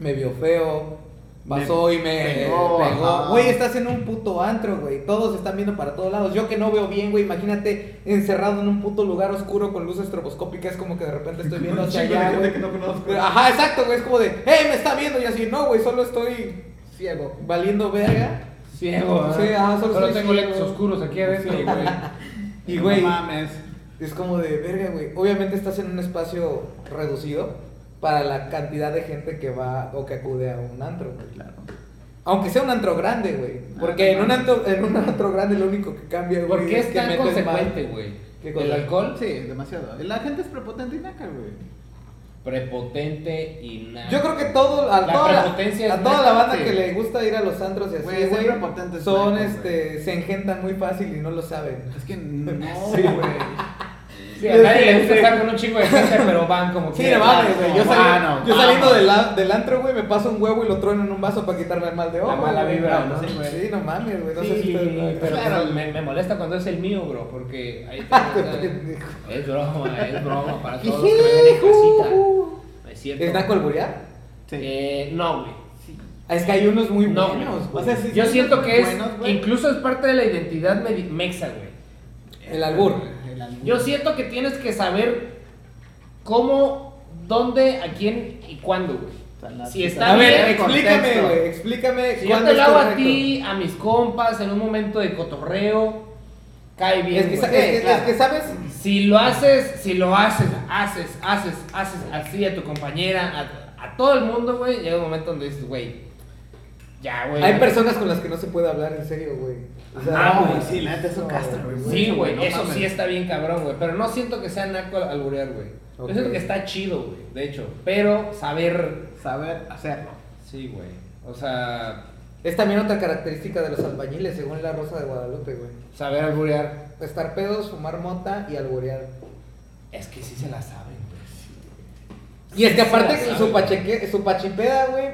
A: me vio feo, Pasó y me
C: pegó,
A: pegó.
C: ajá.
A: Güey, estás en un puto antro, güey. Todos están viendo para todos lados. Yo que no veo bien, güey. Imagínate encerrado en un puto lugar oscuro con luces estroboscópicas. Como que de repente estoy viendo
C: Un
A: hacia
C: chingo de
A: allá,
C: gente
A: güey.
C: que no conozco.
A: Ajá, exacto, güey. Es como de, ¡eh, me está viendo! Y así, no, güey, solo estoy
C: Ciego.
A: valiendo verga.
B: Ciego,
A: Sí, ah, solo soy ciego.
B: tengo lentes oscuros aquí adentro, güey.
A: Y, güey,
D: No mames.
A: es como de, verga, güey. Obviamente estás en un espacio reducido para la cantidad de gente que va o que acude a un antro, güey.
C: Claro.
A: Aunque sea un antro grande, güey. Porque en, un antro, en un antro grande lo único que cambia, güey,
B: Ah, ¿Por qué es
A: que
B: tan
A: metes más.
B: consecuente, güey?
A: ¿Qué cosa?
B: ¿El alcohol?
C: Sí, demasiado. La gente es prepotente y naca, güey.
B: Prepotente y nada.
A: Yo creo que todo, a,
B: La
A: toda,
B: prepotencia es
A: la, a toda
B: neta,
A: la banda
C: sí.
A: que le gusta ir a los antros y así,
C: Güey, ser
A: güey,
C: prepotente es
A: son,
C: naco,
A: este, se engentan muy fácil y no lo saben.
C: Es que no,
A: Sí,
C: güey.
B: Sí, a nadie le gusta estar con un chingo de gente, pero van como "Ah,
A: Sí,
B: quiera.
A: no mames, güey. Yo,
C: no,
A: sali-
C: mano,
A: yo
C: vamos.
A: saliendo del, a- del antro, güey, me paso un huevo y lo trueno en un vaso para quitarme el mal de ojo.
B: La mala
A: güey.
B: vibra, ¿no?
A: Sí, Sí, no mames, güey. No sé si
B: Sí,
A: ustedes-
B: pero
C: claro.
B: pues, me, me molesta cuando es el mío, bro, porque ahí
A: Ah, pendejo.
B: es broma, es broma para todos los que me ven en casita. No es cierto.
A: ¿Es naco alburear?
B: Eh, no, güey.
A: Ah, Es que hay unos muy
B: No,
A: buenos, güey.
C: O sea, sí,
B: Yo
C: sí,
B: siento que es,
C: buenos, güey.
B: incluso es parte de la identidad medi- mexa, güey.
A: El albur.
C: El albur.
B: Yo siento que tienes que saber cómo, dónde, a quién y cuándo, güey.
C: O sea, la-
B: Si está
A: A ver,
B: bien,
A: explícame,
C: contexto.
A: güey. Explícame
B: Si yo
A: cuándo
B: te lo
A: es
B: hago a
A: correcto.
B: ti, a mis compas, en un momento de cotorreo, cae bien.
A: Es que, sa-
B: güey.
A: es que-
C: claro.
A: es que, ¿sabes?
B: Si lo haces, si lo haces, haces, haces, haces así a tu compañera, a, a todo el mundo, güey, llega un momento donde dices, güey, ya, güey.
A: Hay personas con las que no se puede hablar en serio, güey. O
B: Ah, güey,
C: sí, la neta es un
A: no,
C: castro, güey.
B: Sí, güey,
C: No
B: eso
C: mames.
B: sí está bien cabrón, güey. Pero no siento que sea naco al- alburear, güey.
A: Ok.
B: Yo siento que está chido, güey, de hecho. Pero saber.
C: Saber hacerlo.
B: Sí, güey. O sea,
A: Es también otra característica de los albañiles, según la Rosa de Guadalupe, güey.
B: saber alburear.
A: Estar pedos, fumar mota y alburear.
B: Es que sí se la saben, güey.
A: Y es que aparte
B: Sí, la
A: su,
B: sabe.
A: pacheque, su pachipeda, güey.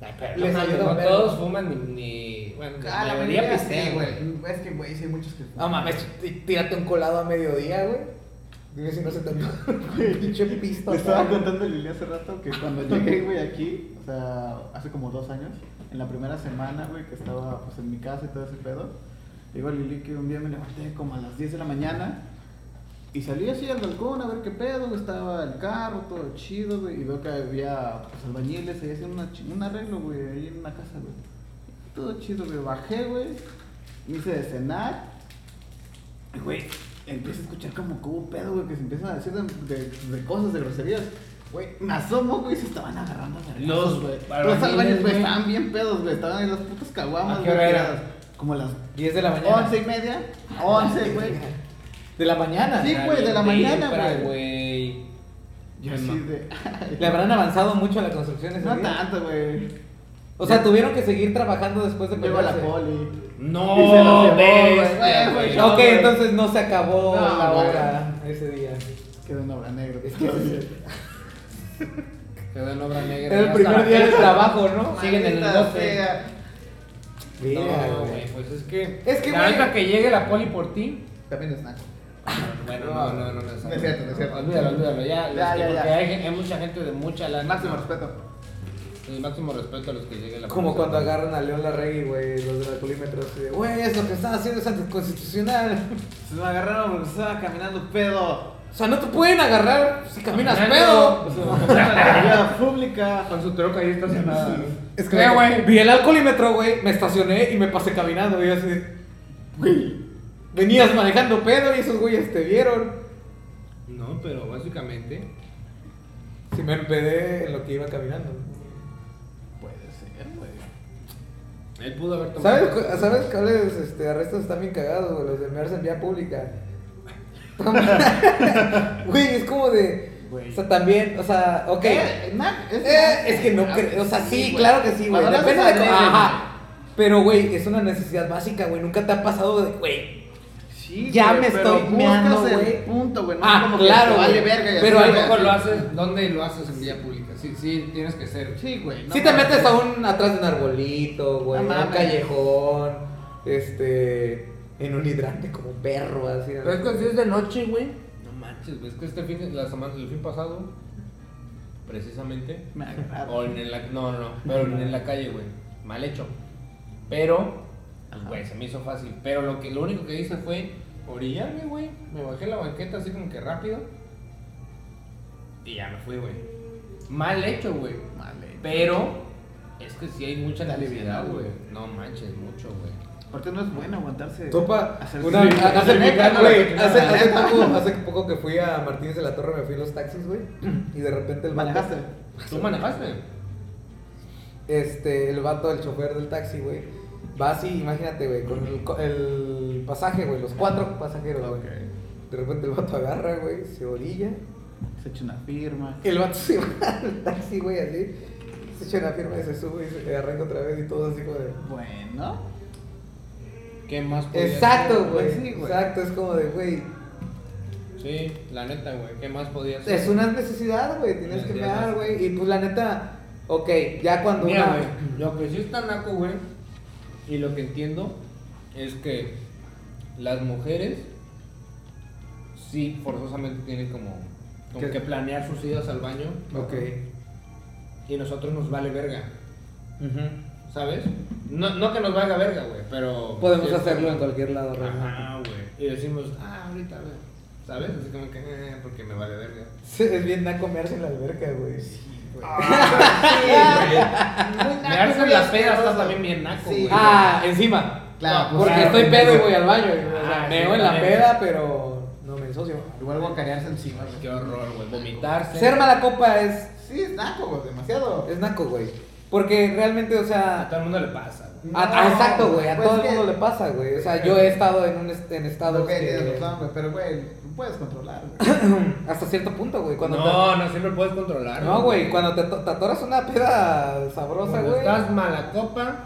B: Ay, pero
A: Les
B: no, mames,
A: ayuda
B: no
A: un vergo.
B: todos fuman ni. ni- bueno,
C: Ah,
B: la
C: la
B: mayoría
C: mayoría
B: pistean,
C: sí,
B: güey.
C: Es que, güey, sí hay muchos que.
A: No mames, tí- tírate un colado a mediodía, güey. Dime si no se te antoja. Pinche pisto.
C: Le estaba contando a Lili hace rato que cuando llegué, güey, aquí, o sea, hace como dos años, en la primera semana, güey, que estaba pues en mi casa y todo ese pedo, digo a Lili que un día me levanté como a las 10 de la mañana y salí así al balcón a ver qué pedo, güey, estaba el carro, todo chido, güey, y veo que había pues albañiles ahí haciendo una chi- un arreglo, güey, ahí en una casa, güey. Todo chido, güey, bajé, güey, me hice de cenar. Y, Güey, empiezo a escuchar como que hubo pedo, güey, que se empiezan a decir de, de- de cosas, de groserías. Güey, me asomo, güey, se estaban agarrando a vergazos,
B: Los
C: güey. Los
B: albañiles,
C: albañiles, güey,
B: güey.
C: estaban bien pedos, güey. Estaban ahí las putas caguamas,
B: ¿A qué
C: güey,
B: hora era?
C: tiradas. Como las
A: 10 de la mañana.
C: once y media. Once, güey.
A: De la mañana.
C: Sí, güey, de la mañana,
B: Libra,
C: güey.
B: güey.
C: Yo
B: Ay,
C: así
B: ma-
C: de.
A: Le habrán avanzado mucho a la construcción ese
C: No
A: día.
C: tanto, güey.
A: O sea, tuvieron que seguir trabajando después de
C: Llegó la
A: pelearse.
C: poli.
B: No,
C: Y se lo llevó,
B: bestia,
C: güey,
B: güey.
C: güey,
A: Ok,
C: No, güey.
A: entonces no se acabó
C: No,
A: la
C: güey.
A: obra ese día.
C: Quedó en obra negra.
A: Es que sí.
B: Quedó en obra negra.
A: Era el
B: Ya
A: primer
B: está.
A: día de trabajo, ¿no?
B: Siguen en el
C: Maldita
B: bote.
C: sea.
A: Mira,
B: No,
A: güey.
B: güey, pues es que.
A: Es que,
B: la
A: güey-
B: neta que llegue la poli por ti.
C: También es naco.
B: Bueno, no, no, no, no.
C: No es cierto, no es cierto.
B: Olvídalo, olvídalo. Ya,
C: Ya,
B: los que-
C: ya, ya.
B: porque Hay, gen- hay mucha gente de mucha lana.
C: Máximo respeto.
B: El máximo respeto a los que llegue la
A: Como
B: poli.
A: cuando agarran a León Larregui, güey, los de la polímetro, así de, güey, es lo que están haciendo es anticonstitucional.
C: Se me agarraron porque estaba caminando pedo.
A: O sea, no te pueden agarrar si caminas
B: Caminando.
A: pedo.
C: Vía pública.
B: Con su troca ahí estacionada.
A: Es
B: Eh,
A: que, güey, vi el alcoholímetro, güey, me estacioné y me pasé caminando, y yo así, de,
C: Güey.
A: venías manejando pedo y esos güeyes te vieron.
B: No, pero básicamente.
A: Si me empedé en lo que iba caminando.
C: Puede ser, güey.
B: Él pudo haber tomado.
A: ¿Sabes, cu- ¿sabes cuáles este, arrestos están bien cagados, güey? Los de mearse en vía pública. Güey, es como de.
C: Güey.
A: O sea, también, o sea, ok.
C: Eh, na- es,
A: Eh, es que no
C: Ah,
A: creo, o sea, sí,
C: güey.
A: claro que sí, güey.
C: Cuando lo
A: Depende de
C: haces
A: cómo.
C: adrede,
A: Ajá. Pero, güey, es una necesidad básica, güey. Nunca te ha pasado de, güey.
C: Sí,
A: Ya
C: güey,
A: me
C: pero
A: estoy
C: buscas
A: meando,
C: el
A: güey.
C: punto, güey. No
A: Ah,
C: es como que
A: claro,
C: te vale
A: güey.
C: verga y así,
A: Pero
B: Pero
A: a
C: güey.
A: lo mejor
B: lo haces, ¿dónde lo haces en vía pública? Sí, sí, tienes que ser.
C: Sí, güey. no
A: si te
C: mames.
A: metes a un atrás de un arbolito, güey,
C: No
A: a un
C: mames.
A: callejón, este. En un hidrante como un perro, así.
B: Pero es que si es de noche, güey. No manches, güey. Es que este fin, la semana, el fin pasado, precisamente.
C: Me agarraron.
B: O en la, no, no, no, pero en la calle, güey. mal hecho. Pero, pues, güey, se me hizo fácil. Pero lo, que, lo único que hice fue orillarme, güey. Me bajé la banqueta así como que rápido. Y ya me fui, güey. Mal hecho, güey.
C: Vale.
B: Pero, es que sí hay mucha
C: Está
B: necesidad,
C: aliviado,
B: güey.
C: güey.
B: No manches mucho, güey.
C: Aparte no es bueno aguantarse.
A: Topa,
C: hacer-
A: una, a-
C: Sí, güey.
A: hace, poco,
C: Sí, neta,
A: güey,
C: güey.
A: hace, hace
C: Neta.
A: poco, hace poco que fui a Martínez de la Torre, me fui en los taxis, güey, y de repente el vato,
C: Manejaste.
B: ¿Tú manejaste?
A: este, el vato, el chofer del taxi, güey, va así, imagínate, güey, con el, co- el pasaje, güey, los cuatro pasajeros, güey, de repente el vato agarra, güey, se orilla,
C: Se echa una firma.
A: el vato se va al taxi, güey, así, se echa una firma y se sube y se arranca otra vez y todo así como de...
C: Bueno.
B: ¿Qué más podía
A: Exacto,
B: hacer,
A: güey,
B: Sí,
A: exacto, es como de, güey,
B: Sí, la neta, güey. ¿Qué más podía hacer?
A: Es una necesidad, güey. Tienes que
B: Ya, ya,
A: mear,
B: ya.
A: güey. Y pues la neta, ok, ya cuando
B: Mira,
A: una.
B: güey, lo que sí está naco, güey, y lo que entiendo es que las mujeres sí forzosamente tienen como, como
A: ¿Qué?
B: que planear sus idas al baño
A: Ok.
B: y nosotros nos vale verga,
A: Ujú.
B: ¿sabes? No, no que nos valga verga, güey, pero...
A: Podemos
B: sí es
A: hacerlo
B: como-
A: en cualquier lado, realmente.
B: Ajá, güey. Y decimos, ah, ahorita, güey. ¿Sabes? Así como que, "Eh, porque me vale verga.
A: Sí, Es bien a comerse en la alberca, güey. Ah.
B: Me hacen las pedas, está también bien naco,
C: Sí.
B: güey.
A: Ah, encima.
C: Claro,
B: No,
C: pues,
A: Porque
C: claro,
A: estoy
C: pendejo.
A: pedo y voy al baño. güey. O sea,
B: Ah,
A: meo
B: sí,
A: en la
B: también.
A: peda, pero no me ensocio.
C: Igual guacarearse encima.
B: Qué horror, güey. Vomitarse.
A: Ser mala copa es,
C: Sí, es naco, güey, demasiado.
A: es naco, güey. Porque realmente, o
B: A
A: sea.
B: todo el mundo le pasa, güey.
A: a- a-
C: No,
A: Ah, exacto, güey. A
C: pues,
A: todo
C: es
A: el
C: que-
A: mundo le pasa, güey. O sea, yo he estado en un est- en estado
C: Ok, tienes
A: que,
C: razón, güey, pero güey, no puedes controlar, güey.
A: hasta cierto punto, güey. Cuando te-
B: No, no siempre puedes controlar.
A: No, güey, cuando te, to- te atoras una peda sabrosa,
B: Cuando
A: güey.
B: estás mala copa,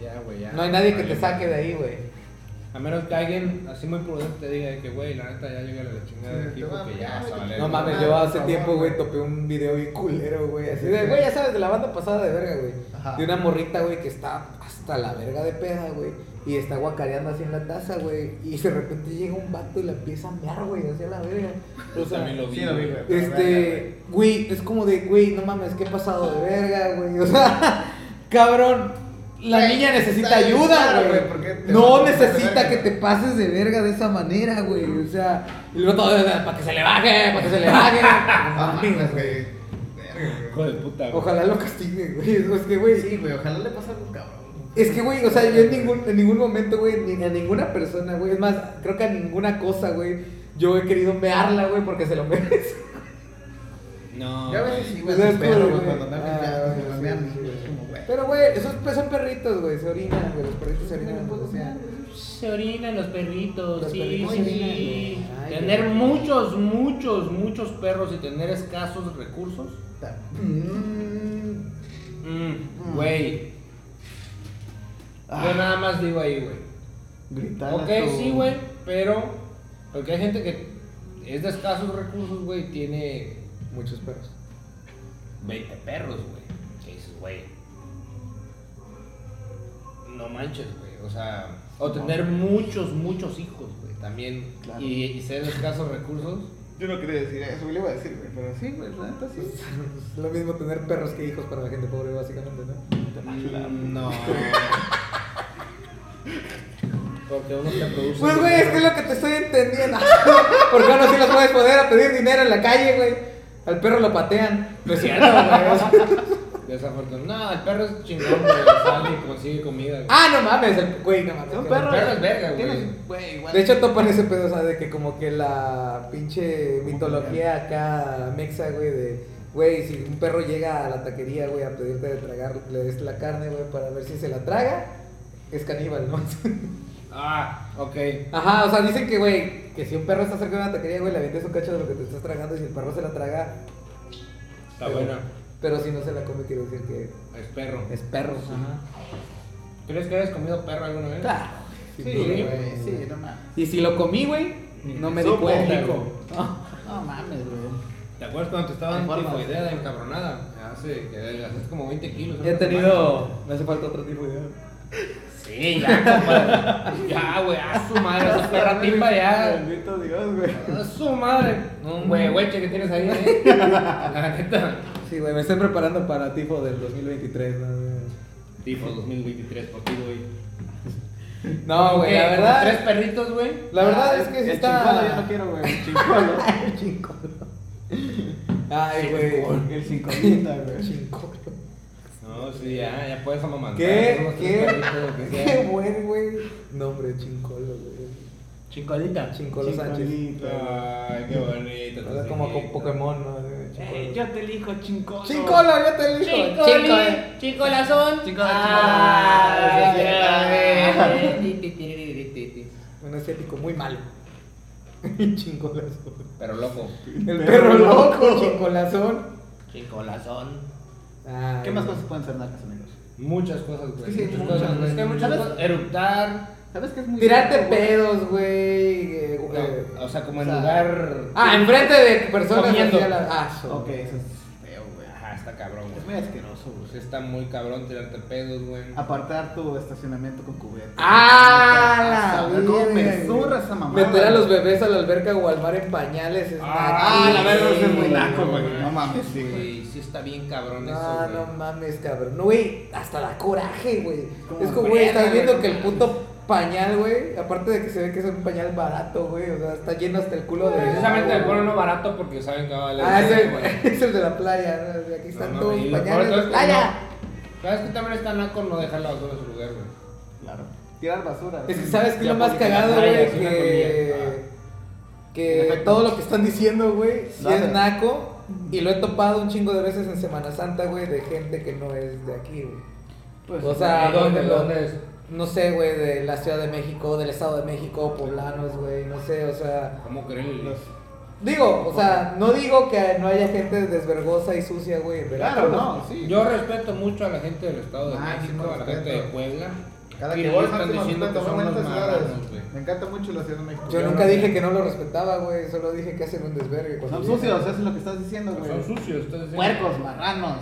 B: ya, güey, ya.
A: No hay nadie que te
B: Vale.
A: saque de ahí, güey.
B: A menos que alguien así muy prudente te diga de que, güey, la neta ya llega la chingada de
C: Sí,
B: aquí
C: te va a
B: porque ya
C: pegar,
B: vas a
C: güey.
B: valer.
A: No mames,
C: madre,
A: yo
C: por
A: hace
C: favor,
A: tiempo, güey,
C: güey.
A: topé un video bien culero, güey. Así de, güey, ya sabes, de la banda pasada de verga, güey.
C: Ajá.
A: De una morrita, güey, que está hasta la verga de peda, güey. Y está guacareando así en la taza, güey. Y de repente llega un vato y la empieza a mear, güey, hacia la verga. O
B: Yo
A: sea,
B: también lo vi.
C: sí lo vi, güey. pero verga,
A: Este, güey, es como de, güey, no mames, ¿qué pasado de verga, güey? O sea, cabrón, la
C: Güey,
A: niña necesita
C: está bien
A: ayuda,
C: claro, güey, porque
A: güey.
C: te
A: No
C: vas a pasar de
A: necesita
C: verga.
A: que te pases de verga de esa manera, güey. O sea, y luego todo, para que se le baje, para que se le baje. No
C: Ah,
A: mames,
C: mames,
A: güey.
C: güey. Verga,
B: Hijo
C: güey.
B: de puta, güey.
A: Ojalá lo castiguen, güey. Es que, güey,
C: Sí, güey, ojalá le pase algo cabrón.
A: es que, güey, o sea, yo en ningún, en ningún momento, güey, ni a ninguna persona, güey. Es más, creo que a ninguna cosa, güey, yo he querido mearla, güey, porque se lo merece.
B: No.
C: Yo a veces
B: güey.
C: sí, güey,
A: Pues
C: soy
A: es
C: perro,
A: como,
C: güey,
A: güey,
C: cuando me
A: ah,
C: ya, se
A: sí,
C: me
A: sí,
C: güey, es
A: sí.
C: como, güey.
A: Pero, güey, esos pues, son perritos, güey, se orinan, güey, los perritos se orinan.
C: Pues,
A: o sea,
C: mira,
B: Se orinan los perritos,
A: Los
B: sí,
A: perritos
B: sí.
A: se orinan, güey. Ay,
B: tener
A: güey.
B: muchos, muchos, muchos perros y tener escasos recursos.
C: está- Mm,
B: mm, Güey.
C: Ah.
B: Yo nada más digo ahí, güey.
C: Gritar a
B: Ok,
C: tu-
B: sí, güey, pero. Porque hay gente que es de escasos recursos, güey, tiene
A: Muchos perros.
B: 20 perros, güey. Que dices, güey. No manches, güey. O sea, o tener muchos, muchos hijos, güey, también.
C: Claro.
B: Y, y ser de escasos recursos.
C: Yo no quería decir eso, güey, le iba a decir, güey, pero sí, güey, la neta sí.
A: Es lo mismo tener perros que hijos para la gente pobre, básicamente,
C: Pues,
A: ¿no?
B: Mm, No. Porque uno te produce.
A: Pues, güey, es que es lo que te estoy entendiendo. Porque uno sí los puedes poner a pedir dinero en la calle, güey. Al perro lo patean. No es cierto, güey.
B: Desafortunadamente. No, el perro es chingón, güey. Sale y consigue comida, güey.
A: Ah, no mames, el güey, no mames.
C: Son
A: qué
C: perros.
B: El perro es verga, güey.
C: Tienes- Güey, igual.
A: De hecho, topan ese pedo, o sea, de que como que la pinche mitología acá mexa, güey, de, güey, si un perro llega a la taquería, güey, a pedirte de tragar, le des la carne, güey, para ver si se la traga, es caníbal, ¿no?
B: Ah, ok.
A: Ajá, o sea, dicen que, güey, que si un perro está cerca de una taquería, güey, le avientes un cacho de lo que te estás tragando y si el perro se la traga,
B: Está
A: Pero-
B: buena.
A: pero si no se la come, quiere decir que
B: Es perro.
A: es perro.
B: ¿Crees que hayas comido perro alguna vez?
A: Claro.
C: Sí,
A: sin duda,
C: güey, sí, no mames.
A: Y si lo comí, güey, no me di
B: Supo
A: cuenta.
B: rico.
A: güey.
C: No mames, güey.
B: ¿Te acuerdas cuando te estaba
C: Te
B: dando
C: formas.
B: tifoidea de encabronada? Hace que adelgazaste como 20 kilos.
A: He
B: ¿no?
A: tenido, me hace falta otro tipo de...
B: Sí, ya, compadre. Ya, güey, a su madre, esa perra timba ya.
C: Ah, Bendito Dios, güey.
B: A su madre. No, güey, güey, ¿qué tienes ahí? eh? La neta.
A: Sí, güey, me estoy preparando para tipo del 2023. ¿no?
F: Tifo 2023 por ti, güey.
A: No, güey, la
D: ¿Qué? Tres
A: verdad.
D: perritos, güey.
A: La verdad es
C: Ah,
A: que
C: el
A: sí
C: chincolo yo no
A: está.
C: quiero, güey. El chincolo.
A: Ay, güey.
C: el cincolita, güey.
A: Chincolo.
D: No, sí, ya, ya puedes amamantar.
A: ¿Qué?
D: unos tres
A: ¿Qué?
D: perritos, lo que sea.
A: Qué buen, güey. Nombre, chincolo, güey.
D: Chincolita.
A: Chincolo Sánchez.
C: Chincolita.
D: Ay, qué bonito.
A: O sea, como con Pokémon, ¿no? Eh,
B: Eh,
A: Chincolo.
B: yo te elijo, chincolo.
A: Chincolo, yo te elijo. eh. Chincolo.
B: Chico lazón. Chico
A: Ah,
B: lazón.
A: Un asiático muy malo. Chincolazón.
D: Pero loco.
A: El perro loco, chincolazón.
B: Chico lazón.
A: Ay,
C: ¿Qué más cosas pueden ser nacas, amigos?
D: Muchas cosas, güey.
A: Es que sí,
D: muchas
A: muchas,
D: cosas.
A: güey.
D: Es que hay muchas
A: ¿Sabes?
D: cosas. Eruptar.
C: ¿Sabes qué es muy
A: Tirarte
C: naco, güey?
A: pedos, güey. eh, eh.
D: O sea, como en
C: o sea,
D: lugar.
A: Ah, enfrente de personas.
D: Comiendo.
A: así a la- Ah, su-
C: Ok, eso es feo, güey.
D: Ajá, está cabrón,
C: Es muy
D: güey.
C: asqueroso, güey.
D: Pues está muy cabrón tirarte pedos, güey.
C: Apartar tu estacionamiento con cubeta.
A: ¡Ah! La
D: Ah,
C: ¿Cómo
A: verga,
C: me
A: güey.
C: zurra esa mamada?
A: Meter a los bebés a la alberca o al mar en pañales. es
D: Ah,
A: naco,
D: la verga,
A: güey.
D: eso es muy
C: naco, güey. No mames, sí, güey.
D: Sí, sí está bien cabrón
A: pues Ah, No,
D: eso, güey.
A: no mames, cabrón. No, güey, hasta da coraje, güey.
C: Como
A: Es como, güey,
D: verga,
A: estás viendo
D: güey.
A: que el puto pañal, güey, aparte de que se ve que es un pañal barato, güey, o sea, está lleno hasta el culo de...
D: Precisamente el ponen no barato porque saben que va a valer.
A: Ah, es
D: verga,
A: el, es el de la playa, ¿no? O sea, Aquí están
D: No, no,
A: todos
D: y
A: los
D: lo
A: pañales de
D: peor es que
A: playa.
D: ¿Sabes que también está naco no dejar la basura en su lugar, güey?
C: Claro. Tirar basura.
A: Es que, ¿sabes qué es
D: Ya
A: lo más
D: porque la
A: cagado,
D: playa
A: güey?
D: es una
A: Que...
D: comida.
A: Que
C: Perfecto.
A: todo lo que están diciendo, güey, sí
C: Lo
A: es
C: hacen.
A: naco. Y lo he topado un chingo de veces en Semana Santa, güey, de gente que no es de aquí, güey.
C: Pues,
A: o sea,
D: ¿de dónde,
A: por ejemplo,
D: dónde es?
A: No sé, güey, de la Ciudad de México, del Estado de México, poblanos, güey, no sé, o sea...
D: ¿Cómo creen?
C: los-
A: Digo, o sea, no digo que no haya gente desvergosa y sucia, güey, pues, en
C: Claro,
A: Veracruz.
C: no, sí.
D: Yo respeto mucho a la gente del Estado de
C: Ah, sí,
D: México,
C: no
D: a la
C: respeto.
D: gente de Puebla.
C: Cada
D: y
C: quien
D: luego
C: es
D: están
C: máximo
D: diciendo que
C: 50,
D: son unos
C: momentos,
D: marranos,
C: ¿sabes?
D: güey.
C: Me encanta mucho la Ciudad de México.
A: Yo
D: Yo
A: nunca
D: no.
A: dije que no lo respetaba, güey, solo dije que hacen un desvergue. cuando
C: Son
A: llegan.
C: sucios, es lo que estás diciendo,
D: Pero
C: güey.
D: Son sucios, ustedes. sí.
C: Puercos, marranos,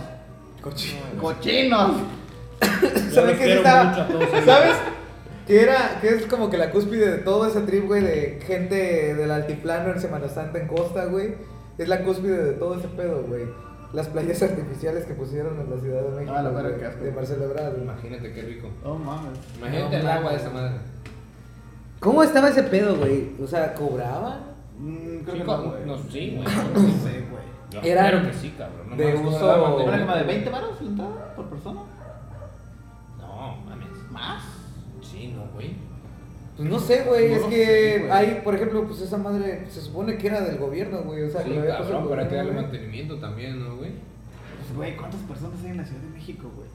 A: Cochino.
C: cochinos.
D: Yo
A: ¿Sabes
D: los
A: qué
D: quiero
A: estaba?
D: mucho a todos ellos.
A: ¿Sabes? Que era, que es como que la cúspide de todo ese trip, güey, de gente del altiplano en Semana Santa en Costa, güey. Es la cúspide de todo ese pedo, güey. Las playas artificiales que pusieron en la Ciudad de México.
C: Ah, la verga,
A: güey,
C: qué asco.
A: de Marcelo Ebrard, güey.
D: Imagínate qué rico.
C: Oh, mames.
D: Imagínate el
A: mames.
D: agua de esa madre.
A: ¿Cómo estaba ese pedo, güey? O sea, ¿cobraban?
C: Mm, creo
D: Sí,
C: que no,
D: co-
C: güey.
D: no, sí, güey.
C: No sé, güey.
D: Yo
A: Era
D: espero que sí, cabrón. No
A: de
D: mames,
A: uso-
D: todo el agua
A: ¿Era
C: ¿Era como de
D: tenía-
C: 20 varos la entrada por persona?
D: No, mames.
C: ¿Más?
D: Sí, no, güey.
A: Pues no sé, güey.
C: No
A: es
C: lo
A: que
C: sé, güey.
A: hay, por ejemplo, pues esa madre se supone que era del gobierno, güey. O sea, que
D: Sí,
A: lo había puesto el
D: cabrón, para que
A: gobierno,
D: darle
A: güey.
D: mantenimiento también, ¿no, güey?
C: Pues, güey, ¿cuántas personas hay en la Ciudad de México, güey?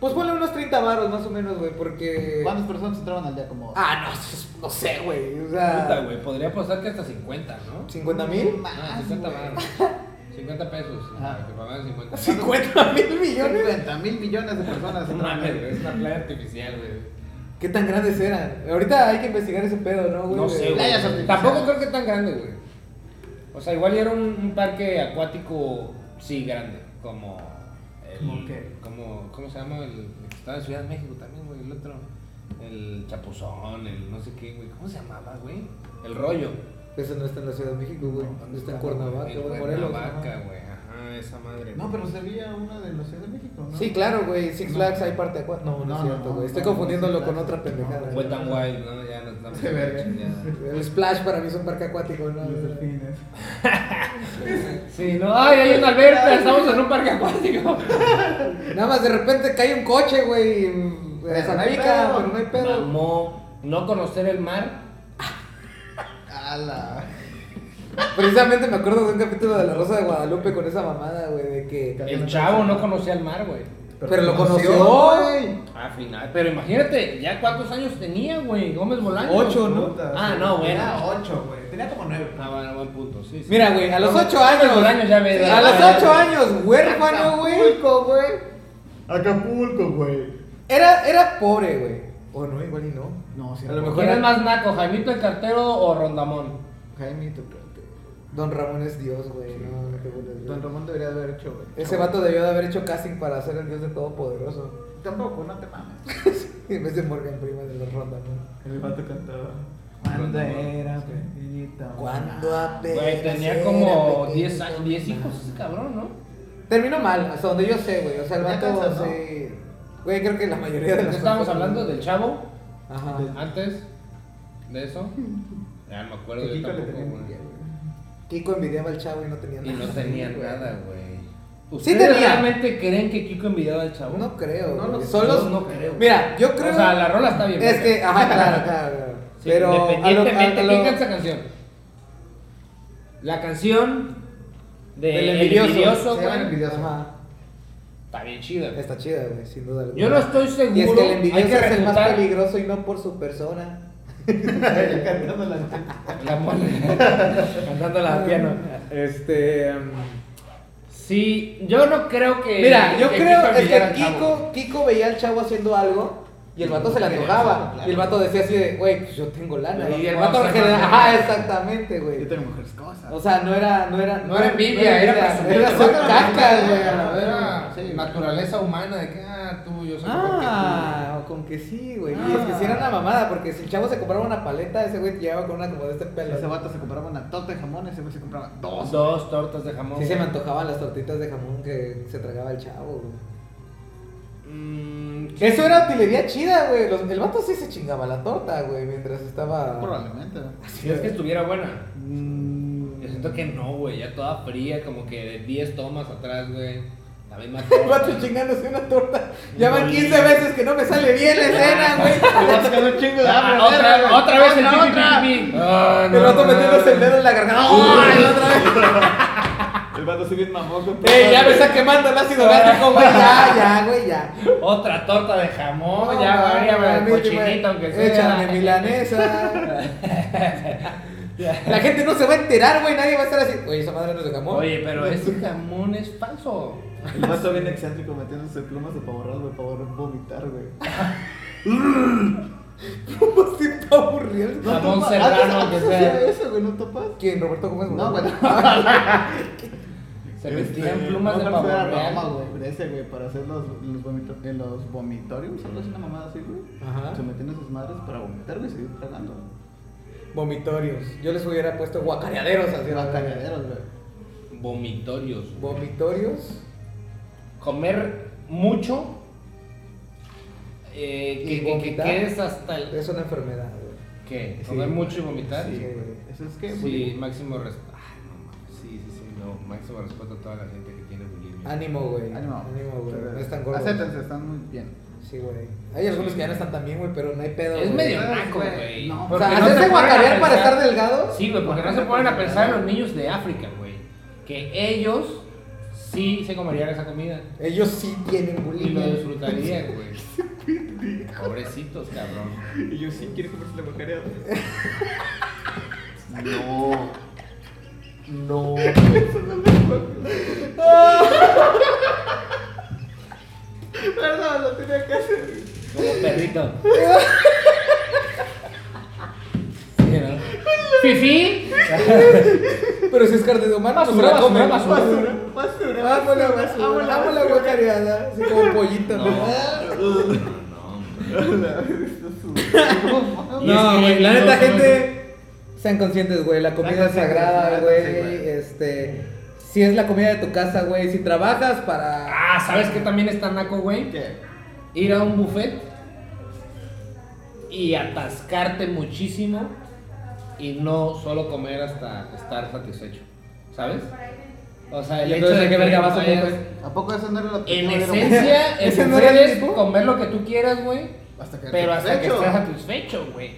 A: Pues ponle unos 30 varos más o menos, güey, porque.
C: ¿Cuántas personas entraban al día como?
A: Ah, no, s- no sé, güey. O
D: Puta,
A: sea,
D: güey. Podría apostar que hasta 50, ¿no?
A: 50 mil.
D: Ah, 50 baros. 50 pesos. Ah,
C: Ajá.
D: Que pagaban 50 pesos.
A: 50 mil millones.
C: 50 mil millones de personas
D: No
C: entraban
D: mames, güey,
C: ahí.
D: es una playa artificial, güey.
A: ¿Qué tan grandes eran? Ahorita hay que investigar ese pedo, ¿no, güey?
D: No sé,
C: playas
D: güey.
C: artificiales.
D: Tampoco creo que tan grande, güey. O sea, igual era un, un parque acuático, sí, grande. Como. el-
C: ¿Como qué?
D: Como, ¿Cómo se llama? El, el que estaba en Ciudad de México también, güey. El otro. El Chapuzón, el no sé qué, güey. ¿Cómo se llamaba, güey? El rollo.
A: Eso no está en la Ciudad de México, güey.
C: ¿dónde
A: está en
C: está?
A: Cuernavaca,
D: En
A: güey, Morelos.
D: Cuernavaca,
A: ajá.
D: güey. Ajá, esa madre.
C: No, pero se había una de la Ciudad de México, ¿no?
A: Sí, claro, güey. Six
C: No.
A: Flags hay parte acuática. No, no,
C: No,
A: es
C: no,
A: cierto,
C: no,
A: güey. Estoy
C: no, no,
A: confundiéndolo
C: Six
A: con
C: Flags.
A: otra pendejada.
C: No,
D: Fue tan wild, ¿no? Ya nos estamos.
C: Se verga.
A: El Splash para mí es un parque acuático, ¿no?
C: Los delfines.
D: Sí, no, ay, hay una alberca, estamos en un parque acuático.
A: Nada más de repente cae un coche, güey. y
C: Pero no hay
A: Zanapica,
C: pedo.
A: pero no hay pedo.
D: Mamó, no conocer el mar.
C: ¡Hala!
A: Precisamente me acuerdo de un capítulo de La Rosa de Guadalupe con esa mamada, güey, de que.
D: El chavo no conocía el mar, güey.
A: Pero lo conoció, güey.
D: Al final, pero imagínate, ya cuántos años tenía, güey, Gómez Bolaños.
A: Ocho, ¿no?
C: Puta,
D: Ah,
C: sí.
D: no, güey.
C: Era 8, güey. Tenía como 9.
D: Ah, bueno, buen punto, sí. sí.
A: Mira, güey, a los
D: Gómez-
A: 8 años.
D: Gómez Bolaños ya ve.
A: Sí,
D: ya
A: a
D: ve-
A: los 8 años, huérfano, güey.
C: Acapulco, güey.
A: Era, era pobre, güey. O no, igual y no.
C: No, sí.
A: A lo mejor
D: ¿Quién es
A: era-
D: más naco, Jaimito el cartero o Rondamón?
C: Jaime, tu creo
A: Don Ramón es Dios, güey. No, no te burles,
C: que-
A: güey.
C: Don Ramón debería de haber hecho, güey.
A: Ese vato debió de haber hecho casting para ser el Dios de Todopoderoso.
C: Tampoco, no te mames.
A: En vez de Morgan Prima de los Ronda, ¿no?
C: El vato cantaba.
D: Cuando
C: Cuando
D: era
C: era pequeñito.
A: Cuando apenas
D: Güey, tenía
A: era
D: como
A: pequeño.
D: 10 años, 10 hijos ese cabrón, ¿no?
A: Terminó mal, hasta donde yo sé, güey. O sea, el
C: Ya
A: vato
C: cansa, ¿no?
A: sí. Güey, creo que la mayoría de
B: Ya
A: las
B: estábamos
A: personas-
B: hablando del chavo
A: Ajá.
B: antes de eso. Ya no me acuerdo
C: Que
B: yo
C: Kiko le
B: tampoco,
C: tenía
B: güey.
C: envidia, güey.
A: Kiko envidiaba al chavo y no tenía
B: Y
A: nada.
B: no tenía nada, güey.
A: Sí
B: ¿Ustedes
A: tenía.
B: realmente creen que Kiko envidiaba al chavo?
A: No creo.
B: No,
A: güey.
B: no,
A: Solo-
B: no, no creo.
A: Mira, yo creo.
B: O sea, la rola está bien.
A: Es
B: verga.
A: que, ajá, claro, claro. claro.
B: Sí,
A: Pero. a lo- a- a lo-
B: Independientemente, ¿quién canta esa canción? La canción de
A: Del
B: El
A: envidioso.
B: Envidioso,
C: Se llama
B: güey,
C: El Envidioso.
A: Ajá.
B: Está bien chida. güey.
A: Está chida, güey, sin duda. alguna.
B: Yo no estoy seguro.
A: Y es que el
B: hay
A: envidioso
B: que
A: es el más
B: refutar
A: peligroso y no por su persona.
C: Yo cantando la
B: la mona. cantando la piano.
A: Este. um,
B: Sí, yo no creo que.
A: Mira, yo
B: que
A: creo
B: Kiko
A: es
B: envidiara al
A: que
B: chavo.
A: Kiko, Kiko veía al chavo haciendo algo y el vato se le antojaba. Y el vato decía así de, güey, pues yo tengo lana.
B: Y
A: Y el
B: el
A: vato
B: vato
A: en
B: se
A: general-
B: mantiene.
A: Ajá, exactamente, güey.
C: Yo tengo mejores cosas.
A: O sea, no era, no era,
B: No era envidia, era
D: pues,
B: presumir.
A: era hacer
B: Era
A: caca, güey. a la
B: Era,
A: verga.
C: Sí.
B: naturaleza humana de que, ah, tú, yo soy mejor que tú.
A: Ah, o con que sí, güey. Y es que sí
B: Ah.
A: era una mamada, porque si el chavo se compraba una paleta, ese güey te llevaba con una como de este pelo.
C: Ese vato se compraba una torta de jamón, ese güey se compraba dos.
B: Dos tortas de jamón.
A: Sí se me antojaban las tortitas de jamón que se tragaba el chavo, güey.
B: Mm,
A: Eso era utilería chida, güey. Los- el vato sí se chingaba la torta, güey, mientras estaba...
C: Probablemente.
B: Si es que estuviera buena.
C: Mm.
B: Yo siento que no, güey. Ya toda fría, como que de 10 tomas atrás, güey. La misma
A: El vato
B: torta.
A: chingándose una torta. Ya van 15 veces que no me sale bien la escena, güey.
C: Te vas a quedar un chingo de
B: Ah,
C: hambre,
B: otra,
C: verga.
B: otra vez el
C: Otra,
B: pipi,
C: otra.
B: pipi, pipi. Ah,
A: El vato
B: no, no,
A: metiéndose el
B: no.
A: dedo en la garganta. ¡Ay, otra vez!
C: El vato sí bien mamón. con todo.
A: ¡Ey, ya me está quemando el ácido gástrico, güey! Ya, ya, güey, ya.
B: Otra torta de jamón.
A: No,
B: ya,
A: no,
B: varía,
A: no,
B: güey.
A: no,
B: Cochinito, aunque sea.
A: Échame milanesa. La gente no se va a enterar, güey. Nadie va a estar así. Oye, esa madre no es de jamón.
B: Oye, pero ese jamón es falso.
C: El vato bien excéntrico metiéndose plumas de pavorral, güey, para vomitar, güey.
A: ¿cómo se está aburriendo?
B: No. Jamón
C: topas-
B: serrano,
C: antes-
B: aunque
C: antes
B: sea.
C: hacía eso, güey, ¿no topas?
A: ¿Quién? ¿Roberto Gómez?
C: No, güey.
B: Se vestían
C: Este,
B: plumas de pavo
C: papel.
B: real.
C: güey. de Ese, E güey, para hacer los, los, vomito, eh, los vomitoriums, algo así, una mamada así, güey.
A: Ajá.
C: Se metían a sus madres para vomitar, güey, y seguir tragando.
A: Vomitorios. Yo les hubiera puesto guacareaderos así.
C: Se
B: Ah.
C: va a calladeros, güey.
B: Vomitorios.
A: Vomitorios.
B: Comer mucho. eh,
A: Y
B: que, que- que
A: vomitar.
B: quedes hasta el.
A: Es una enfermedad, güey.
B: ¿Qué?
C: Sí,
B: ¿Comer
C: güey.
B: mucho y vomitar?
C: Sí,
B: Sí,
C: güey. Eso es que,
B: máximo respeto. Sí, sí, sí, no. Máximo respeto a toda la gente que tiene bulimia.
A: Ánimo, güey.
C: Ánimo.
A: Ánimo, güey.
C: Pero-
A: No están gordos.
C: Acéptense, están muy bien.
A: Sí, güey. Hay algunos que ya no están tan bien, güey, pero no hay pedo.
B: Es
A: güey.
B: medio
C: güey.
B: naco, güey.
C: No, o
A: O
B: Porque
A: sea,
B: no se
A: ¿hacerse
B: ponen a
A: guacarear para
B: pensar-
A: estar delgado?
B: Sí, güey, porque no se ponen a pensar en los niños de África, güey. Que ellos sí se comerían esa comida.
A: Ellos sí tienen
B: Y lo
A: bulimia.
B: disfrutarían, güey. Pobrecitos, cabrón.
C: Y yo sí quiero comerse la guacareada. no. No. Perdón, lo tenía que hacer.
B: Como perrito. Sí, ¿no? Fifi.
A: Pero si es carne de humano, pues
B: Basura,
A: la comen.
B: basura, basura.
C: Basura.
A: Amo la basura, amo la guacareada, así como pollito.
B: No.
A: No,
B: Y es que
A: güey, la
B: los-
A: neta,
B: los-
A: gente, sean conscientes, güey, la comida es
C: Tráiganse,
A: sagrada,
C: tráiganse,
A: güey,
C: güey.
A: este, si es la comida de tu casa, güey, si trabajas para...
B: Ah, ¿sabes qué también está naco, güey? Ir a un buffet y atascarte muchísimo y no solo comer hasta estar satisfecho, ¿sabes? O sea, el
A: ¿Y
B: hecho
A: entonces
B: de
A: de qué verga vas a un
B: vayas-
A: buffet?
C: ¿A poco eso no era lo que
B: En
C: era?
B: esencia, el
A: ¿Ese no
B: buffet
A: era el
B: es
A: tipo?
B: comer lo que tú quieras, güey.
C: Hasta que
B: Pero hasta que
C: satisfecho.
B: estés satisfecho, güey.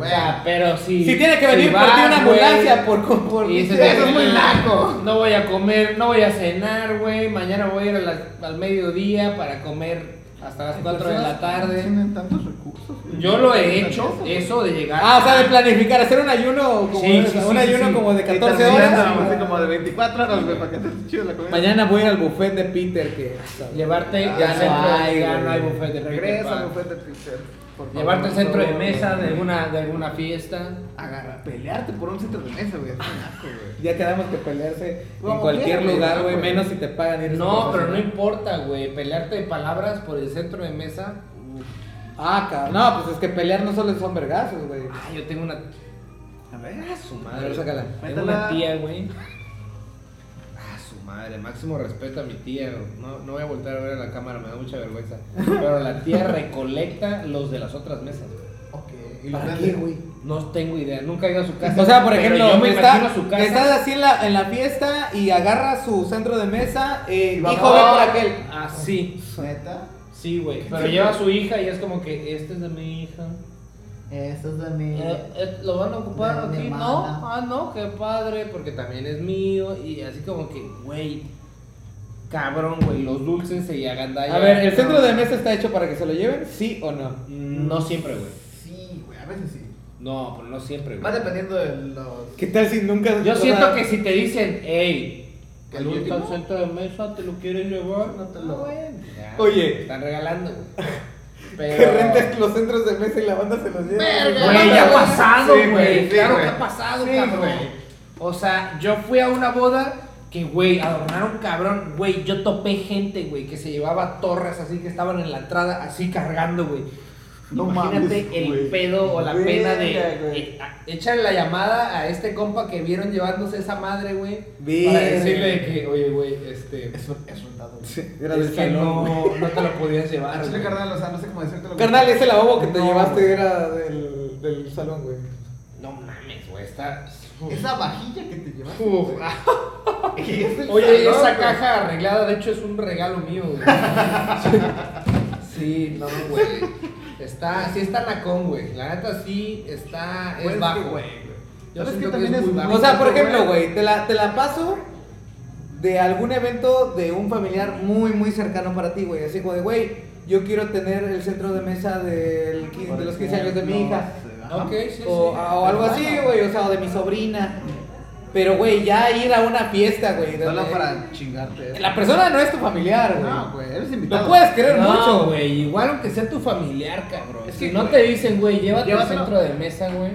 B: O sea, pero si.
A: Si tiene que venir por ti
B: vas,
A: una
B: güey,
A: ambulancia por... por, por-
B: Y dices,
C: Eso es
B: "Ah,
C: muy naco".
B: No voy a comer, no voy a cenar, güey. Mañana voy a ir a las- al mediodía para comer hasta las 4 de la
C: Personas que
B: tarde.
C: Tienen tantos recursos. güey.
B: Yo lo he hecho, eso de llegar.
A: Ah, o sea, de planificar, hacer un ayuno como,
B: Sí, sí,
A: un
B: sí,
A: ayuno
B: sí.
A: como de
C: Y
A: 14
C: terminan
A: horas.
C: como así como de 24 horas, güey, para que esté chido la comida.
A: Mañana voy al buffet de Peter, que...
B: Llevarte
A: Ah,
B: al
A: no
B: centro,
A: hay,
B: ya
A: güey.
B: no hay buffet de
C: Regresa
B: regresa.
C: al bufete de Pixel. por favor.
B: Llevarte al centro de mesa de alguna, de alguna fiesta.
C: Agarra, pelearte por un centro de mesa, güey. Es un naco, güey.
A: Ya quedamos que pelearse en
C: No,
A: cualquier
C: fíjate,
A: lugar, güey,
C: güey.
A: menos si te pagan. eres
B: No,
A: un
B: pero no
A: profesional.
B: importa, güey. Pelearte de palabras por el centro de mesa.
A: Ah, cabrón. No, pues es que pelear no solo son vergazos, güey.
B: Ah, yo tengo una.
C: A ver.
B: Ah, su
A: A
B: madre.
A: ver, sácala.
B: Tengo una
C: Métela.
B: tía, güey. Ah, su
D: su madre, máximo respeto a mi tía. No, no voy a volver a ver a la cámara, me da mucha vergüenza. Pero la tía recolecta los de las otras mesas.
C: Ok, y lo
D: ¿Para
C: vende.
D: qué, güey? No tengo idea, nunca he ido a su casa.
A: O sea, por
D: pero
A: ejemplo,
D: yo me
A: está-
D: imagino su casa.
A: estás así en la, en la fiesta y agarra su centro de mesa, eh,
C: Y
A: hijo,
C: va-
A: ve
C: ¡Oh!
A: por aquel.
D: Así.
C: Neta,
D: Ah, Sí, güey. Pero lleva a su hija y es como que, esta es de mi hija.
C: eso es de mí.
D: Eh, eh, ¿Lo van a ocupar
C: De mi
D: aquí? No,
C: hermana.
D: ah, no, qué padre, porque también es mío. Y así como que, güey, cabrón, güey, los dulces se llegan de
A: A ver, ¿el centro de mesa está hecho para que se lo lleven? ¿Sí o no?
D: No siempre, güey.
C: Sí, güey, a veces sí.
D: No, pero no siempre,
G: Va
D: güey.
G: dependiendo de los.
A: ¿Qué tal si nunca...
D: Yo
A: o sea,
D: siento que si te dicen, hey,
C: ¿El
D: el último
C: último?
D: centro de mesa te lo quieres llevar, no te lo. Ya,
A: Oye.
D: te Están regalando, güey.
A: Que rentes los centros de mesa y la banda se los lleva.
D: Güey, ya ha pasado,
C: Sí,
D: güey.
C: güey, sí,
D: claro que
C: güey.
D: ha pasado,
C: Sí,
D: cabrón.
C: güey.
D: O sea, yo fui a una boda que, güey, adornaron cabrón. Güey, yo topé gente, güey, que se llevaba torres así que estaban en la entrada, así cargando, güey.
C: No
D: Imagínate
C: mames,
D: el
C: güey.
D: pedo o la pena de.
C: Verga, güey.
D: eh, a- Échale la llamada a este compa que vieron llevándose esa madre, güey. Para
A: Verga.
D: decirle que, oye, güey, este.
C: Es, es soldado.
A: Sí, era del
D: Es que
A: salón,
D: no,
A: güey.
D: no te lo podías llevar.
C: Ah, chile,
D: güey.
C: carnal, o sea, no sé cómo decírtelo. güey.
A: Carnal, ese lavabo que te
C: No,
A: llevaste
C: güey.
A: era del, del salón, güey.
D: No mames, güey, está.
C: Esa vajilla que te llevaste.
D: Uf.
C: güey. Es el
D: Oye,
C: salón,
D: esa
C: güey.
D: caja arreglada, de hecho, es un regalo mío, güey. Sí, no, güey. Está, sí está lacón, güey. La neta sí está, es
C: Pues que,
D: bajo.
C: güey,
D: Yo
C: Pero es que
D: siento que
C: también
D: Pues es
C: es
D: muy bajo.
A: O sea, por
C: güey.
A: ejemplo, güey, te la, te la paso de algún evento de un familiar muy, muy cercano para ti, güey. Así como de, güey, yo quiero tener el centro de mesa del, qui- de los 15 años de mi hija.
C: Ajá.
D: Ok, sí, sí.
A: O, o algo así, güey, o sea, o de mi sobrina. Pero, güey, ya ir a una fiesta, güey. de-
C: Solo para chingarte. eso.
A: La persona no es tu familiar, güey.
C: No, güey, eres invitado.
A: Lo puedes querer
D: No,
A: mucho, güey.
D: güey. Igual aunque sea tu familiar, cabrón.
C: Es
D: si
C: que,
D: no
C: güey,
D: te dicen, güey, llévate el
C: llévatelo.
D: centro de mesa, güey.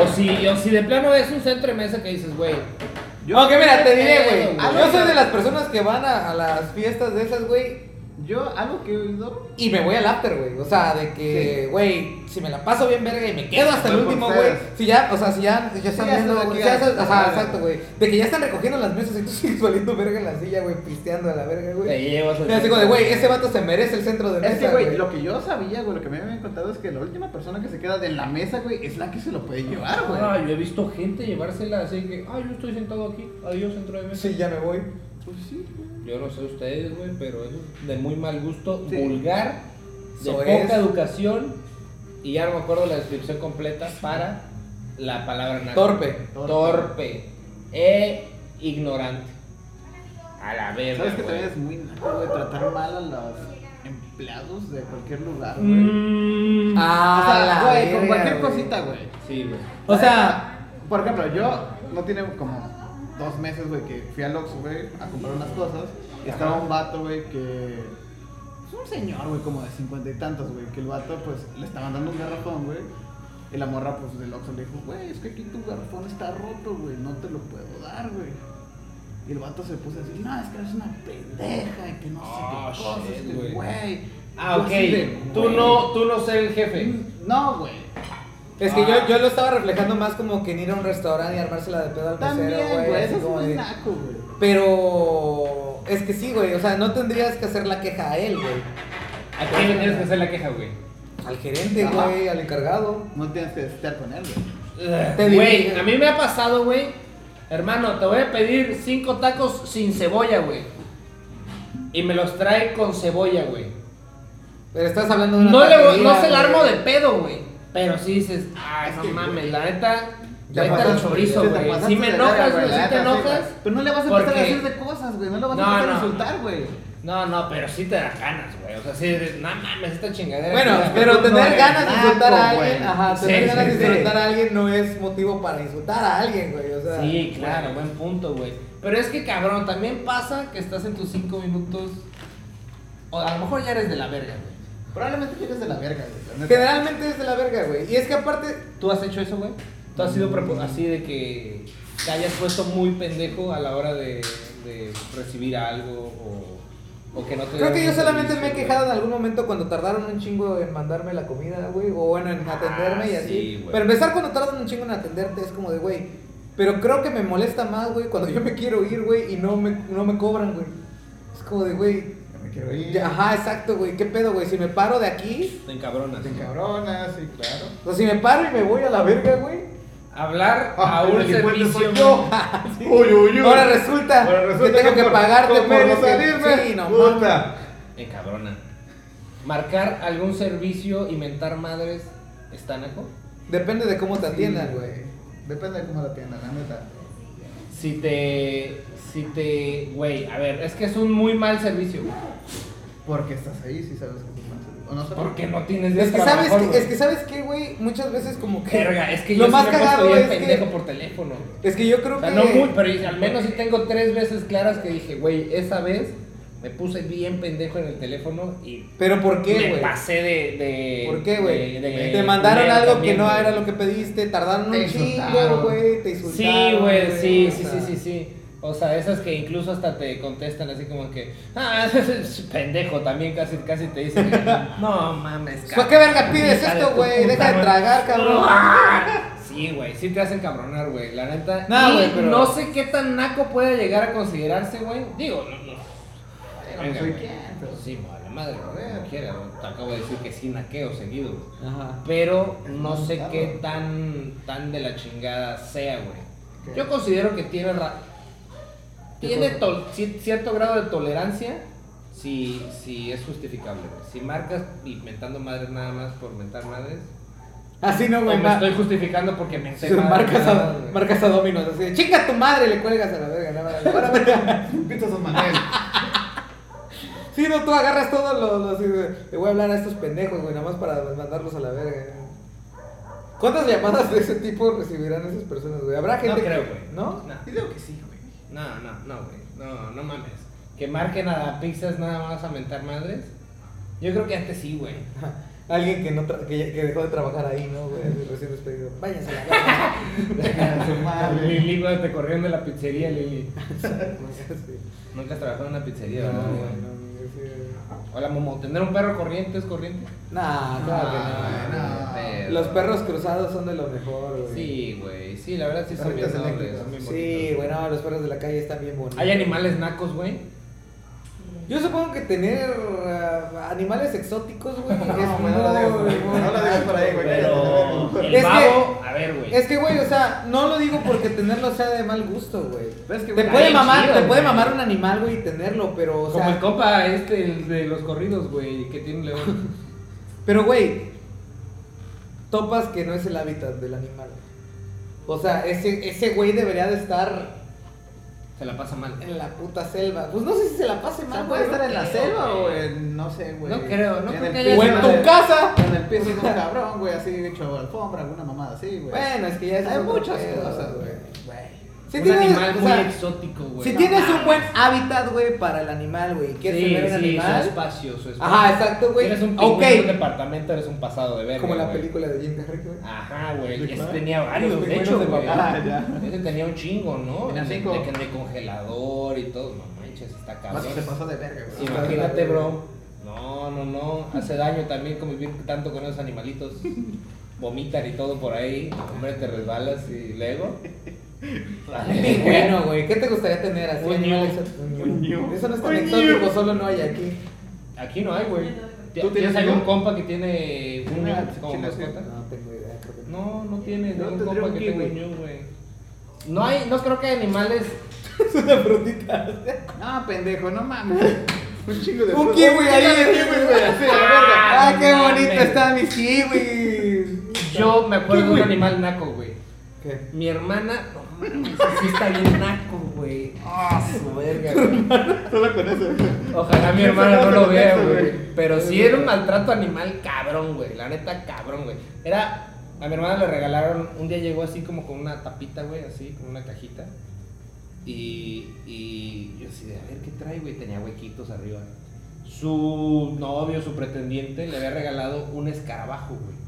D: O si, o si de plano es un centro de mesa que dices, güey.
A: Aunque mira, te diré, güey.
D: Ah,
A: Yo
D: no,
A: soy
D: no.
A: de las personas que van a, a las fiestas de esas, güey,
C: Yo, algo que he oído.
A: y me voy al after, güey. O sea, de que, güey, si me la paso bien verga y me quedo hasta el
C: Voy por
A: último,
C: ustedes.
A: güey. Si ya, o sea, si ya, ya están
C: ya
A: viendo,
C: están aquí,
A: si ya
C: ya
A: están-
C: están
A: ajá,
C: acá.
A: exacto, güey. De que ya están recogiendo las mesas y tú sigues valiendo verga en la silla, güey, pisteando a la verga,
D: Te
A: güey.
D: llevas el
A: Y así como de, güey, ese vato se merece el centro de mesa,
C: Es que, güey, lo que yo sabía, güey, lo que me habían contado es que la última persona que se queda de la mesa, güey, es la que se lo puede llevar, güey.
D: Ah, yo he visto gente llevársela así que, ah, yo estoy sentado aquí, adiós centro de mesa.
A: Sí, ya me voy.
C: Pues sí, güey.
D: Yo no sé ustedes, güey, pero es de muy mal gusto,
C: Sí.
D: vulgar, de
A: Eso es.
D: poca educación y ya no me acuerdo la descripción completa para la palabra naco.
A: Torpe.
D: Torpe e ignorante. A la verga,
C: Sabes que
D: güey.
C: también es muy naco, güey, tratar mal a los empleados de cualquier lugar, güey.
D: Mm.
A: Ah,
C: o sea,
A: la
C: güey,
A: verga,
C: con cualquier
A: güey.
C: cosita, güey.
D: Sí, güey.
A: O sea,
C: Por ejemplo, yo no tiene como dos meses, güey, que fui al Oxxo, güey, a comprar unas cosas. Y estaba un vato, güey, que... Es un señor, güey, como de cincuenta y tantos, güey. Que el vato, pues, le estaban dando un garrafón, güey. Y la morra, pues, del Oxxo le dijo, güey, es que aquí tu garrafón está roto, güey. No te lo puedo dar, güey. Y el vato se puso a decir, no, es que eres una pendeja y que no sé
D: Oh,
C: qué cosas,
D: shit,
C: que,
D: güey.
C: güey.
D: Ah,
C: Yo
D: ok.
C: así de,
D: Tú
C: güey.
D: no, tú no ser el jefe.
C: No, güey.
A: es que
D: Ah.
A: yo, yo lo estaba reflejando más como que en ir a un restaurante y armársela de pedo al mesero,
C: También,
A: güey.
C: güey,
A: así
C: eso es
A: como
C: muy
A: de-
C: naco, güey.
A: Pero es que sí, güey. O sea, no tendrías que hacer la queja a él, güey.
D: ¿A quién le tienes que hacer la queja, güey?
A: Al gerente,
C: Ajá.
A: güey, al encargado.
C: No tienes que estar con él, güey.
A: Te
D: Güey,
A: dirige.
D: a mí me ha pasado, güey. Hermano, te voy a pedir cinco tacos sin cebolla, güey. Y me los trae con cebolla, güey.
A: Pero estás hablando de una
D: No, le voy-
A: taquería,
D: no se la
A: güey.
D: armo de pedo, güey. Pero sí dices, ay,
C: Es
D: no
C: que,
D: mames, la neta.
A: Ya
D: La neta el
A: pasaste-
D: chorizo,
C: Te
D: güey.
C: pasaste
D: Si Eh, me
C: de
D: enojas,
C: verga,
D: güey, si
C: la
D: te
C: neta, sí,
D: enojas.
C: güey. Pero no le vas a empezar
D: porque-
C: a decir de cosas, güey. No le vas
D: No,
C: a empezar
D: no.
C: a insultar, güey.
D: No, no, pero sí te das ganas, güey. O sea, sí dices, no mames, esta chingadera.
A: Bueno,
D: Mira,
A: pero
D: tú no
A: tener
D: eres
A: ganas de
D: nada.
A: insultar a
C: güey.
A: alguien, ajá,
D: Sí,
A: tener
D: sí,
A: ganas de
D: sí.
A: insultar a alguien no es motivo para insultar a alguien, güey. O sea,
D: Sí, claro, buen punto, güey. Pero es que, cabrón, también pasa que estás en tus cinco minutos. O a lo mejor ya eres de la verga, güey.
C: Probablemente llegues de la verga, güey. la neta.
A: Generalmente es de la verga, güey. Y es que aparte,
D: ¿Tú has hecho eso, güey? ¿Tú has sido prepo- así de que te hayas puesto muy pendejo a la hora de, de recibir algo o, o que no te
A: creo
D: dieron
A: que yo
D: un
A: solamente
D: servicio,
A: me he
D: güey?
A: quejado en algún momento cuando tardaron un chingo en mandarme la comida, güey. O bueno, en atenderme y
D: Ah,
A: así.
D: sí, güey.
A: Pero empezar cuando tardan un chingo en atenderte es como de, güey. Pero creo que me molesta más, güey, cuando yo me quiero ir, güey, y no me, no me cobran, güey. Es como de, güey.
C: Ya me quiero ir.
A: ya- Ajá, exacto, güey. ¿Qué pedo, güey? Si me paro de aquí,
D: Te encabronas.
C: Te encabronas, sí, claro.
A: o si me paro y me voy a la verga, güey.
D: Hablar a
C: Ah, el
D: un
C: delincuente
D: servicio.
C: soy yo. Uy, uy, uy.
A: Ahora resulta,
C: Ahora resulta
A: que tengo que,
C: por
A: pagarte por
C: comer y
A: lo que-
C: salirme.
A: Sí, no, mames.
C: Puta.
D: Me encabrona. Marcar algún servicio, inventar madres, ¿está naco?
A: Depende de cómo te atiendan,
C: Sí,
A: güey.
C: Depende de cómo la tiendan, la neta.
D: Si te. Si te. Güey, a ver, es que es un muy mal servicio. güey.
C: Porque estás ahí, si sabes que te O no sabes.
D: Porque no tienes
A: Es que
D: dedo a
A: sabes
D: lo mejor,
A: que,
D: güey.
A: es que sabes que, güey, muchas veces como que
D: Verga, es que
A: lo
D: yo
A: más
D: sí me he puesto
A: cagado
D: bien
A: es
D: pendejo
A: que
D: por teléfono. güey.
A: es que yo creo
D: O sea,
A: que
D: no muy, pero al menos sí tengo tres veces claras que dije, güey, esa vez me puse bien pendejo en el teléfono y
A: pero por
D: me
A: qué, güey?
D: pasé de, de-
A: ¿Por qué, güey?
D: de- de-
A: Te mandaron
D: culero
A: algo
D: también,
A: que no
D: güey.
A: era lo que pediste, tardaron
C: Te
A: un chingo,
C: insultaron.
A: güey, te insultaron.
D: Sí, güey, sí,
A: o
D: sí,
A: sea.
D: sí, sí, sí. O sea, esas que incluso hasta te contestan así como que, ah, pendejo, también casi, casi te dicen, no mames,
A: ¿Para Pues, qué verga pides esto, güey? Deja de tragar, cabrón.
D: Sí, güey, sí te hacen cabronar, güey, la neta.
A: No,
D: Y
A: güey, pero-
D: no sé qué tan naco puede llegar a considerarse, güey. Digo, no, no.
C: no soy
D: güey.
C: quién, pero-
D: Sí, vale, madre, güey, como quiera, güey. Te acabo de decir que sí naqueo seguido, güey.
A: Ajá.
D: Pero no sé qué tan, tan de la chingada sea, güey.
C: Ok.
D: Yo considero que tiene ra-
A: ¿Qué
D: tiene
A: cosa?
D: tol- ci- cierto grado de tolerancia si, si es justificable, güey. Si marcas y mentando madres nada más por mentar madres,
A: Así no,
D: o
A: güey.
D: me
A: ma-
D: estoy justificando porque menté
A: se-
D: madres
A: Marcas
D: nada
A: a,
D: más, güey.
A: marcas a Dominos así de, chinga tu madre, le cuelgas a la verga, nada más. Ahora, güey.
C: Pito San Manuel.
A: Sí, no, tú agarras todos los. los- le voy a hablar a estos pendejos, güey, nada más para mandarlos a la verga. ¿Cuántas llamadas de ese tipo recibirán esas personas, güey? Habrá
D: No
A: gente.
D: creo,
A: que-
D: güey.
A: ¿No?
D: No,
C: Yo digo que sí, güey.
D: no, no, no, güey. No, no mames. Que marquen a pizzas nada más a mentar madres. Yo creo que antes sí, güey.
A: Alguien que, no tra- que, ya- que dejó de trabajar ahí, ¿no, güey? Así Recién despedido. Váyanse a la verga.
C: Venga, su madre.
D: Lili, cuando te corrieron de la pizzería, Lili.
A: Sí.
D: Nunca has trabajado en una pizzería,
A: No,
D: ¿verdad,
A: güey,
D: güey?
A: no, güey, sí.
D: Hola, Momo. ¿Tener un perro corriente es corriente?
A: Nah, claro que Ah, no.
C: no.
D: Pero-
A: Los perros cruzados son de lo mejor, güey.
D: Sí, güey. Sí, la verdad sí son bien
C: Perritos
D: nobles.
C: eléctricos.
D: son bien
A: Sí,
D: bonitos.
A: güey, no, los perros de la calle están bien bonitos.
D: ¿Hay animales nacos, güey?
A: Yo supongo que tener ah, animales exóticos, güey,
C: No,
A: es
C: güey, no lo digas,
A: muy-
C: güey, no lo digas por ahí, güey.
B: Pero-
C: Pero...
D: El
A: Es que-
D: babo, a ver, güey.
A: Es que, güey, o sea, no lo digo porque tenerlo sea de mal gusto, güey.
D: Pero es que,
A: Te
D: güey,
A: puede
D: está
A: mamar,
D: bien
A: te
D: chido,
A: puede
D: güey.
A: mamar un animal, güey, y tenerlo, pero, o
D: Como el
A: sea,
D: copa este el de los corridos, güey, que tiene un león.
A: pero, güey, topas que no es el hábitat del animal. O sea, ese, ese güey debería de estar
D: Se la pasa mal.
A: en la puta selva. Pues no sé si se la pase
C: O
A: mal,
C: sea,
A: güey.
C: puede estar en la
D: creo,
C: selva
D: güey.
C: o en, no sé, güey.
D: No creo, no
C: en
D: creo
C: el
D: que
C: piso
D: haya
A: O en
D: selva.
C: de-
A: tu casa.
C: En el piso de un cabrón, güey, así hecho alfombra, alguna mamada así, güey.
A: Bueno, es que ya es
C: Hay
A: otro
C: muchas
A: pedo,
C: cosas, güey.
A: Si
D: un
A: tienes-
D: animal
A: o
D: muy
A: sea,
D: exótico, güey.
A: Si
D: Pues, No
A: tienes un
D: mames.
A: buen hábitat, güey, para el animal, güey, quieres
D: Sí,
A: tener un
D: sí,
A: animal.
D: su espacio, su espacio.
A: Ajá, exacto, güey.
D: Eres un pingüino
A: Ok,
D: en un departamento, eres un pasado de verga,
A: como la
D: güey.
A: película de Jim Carrey, güey.
D: Ajá, güey.
C: Sí,
D: Ese
C: claro.
D: tenía varios,
A: Los
D: de hecho,
A: pingüinos de
D: güey.
C: papá. Ah, ya.
D: Ese tenía un chingo, ¿no?
C: Tenía
D: De,
C: cinco.
D: de, de congelador y todo. No manches, está
C: Más
D: cabrón.
C: que se pasa de verga,
D: Sí,
C: güey.
D: Imagínate, bro. No, no, no. Hace daño también convivir tanto con esos animalitos. Vomitan y todo por ahí. Hombre, te resbalas y luego.
A: Pingüino, güey. ¿Qué te gustaría tener así?
D: Un
A: animal
D: ñu.
A: exótico? Un
C: Un
A: ñu.
C: ñu.
A: Eso no es tan
C: Un
A: exótico,
C: ñu.
A: solo no hay aquí.
D: Aquí no hay, güey.
C: ¿Tú
D: ¿Tienes
C: tienes
D: algún
C: yo?
D: compa que tiene un
C: Ah,
D: ñu como
C: sí, sí, sí.
D: mascota?
A: No tengo idea. creo que no.
D: No, no tiene
C: No
D: ningún
C: tendría
D: compa
C: un
D: que
C: kiwi.
D: tenga un ñu, güey. No hay, no creo que hay animales.
A: Es una frutita.
C: No, pendejo, no mames. Un chingo de
A: Un
C: fruta.
A: kiwi ahí.
C: Un chingo de kiwi, güey, así, a la verga.
A: ¡Ah, qué
D: mames.
A: bonito están mis kiwis!
D: Yo me acuerdo de un animal naco, güey.
A: ¿Qué?
D: Mi hermana, no mames, sí está bien naco, güey. Ah, su verga, güey.
C: Solo con eso.
D: Ojalá mi
C: ¿Quién
D: hermana no
C: sabe
D: lo
C: con
D: vea,
C: eso,
D: güey.
C: güey?
D: Pero sí era un maltrato animal cabrón, güey. La neta, cabrón, güey. Era. A mi hermana le regalaron. Un día llegó así como con una tapita, güey, así, con una cajita. Y. Y yo así de, a ver qué trae, güey. Tenía huequitos arriba. Su novio, su pretendiente, le había regalado un escarabajo, güey.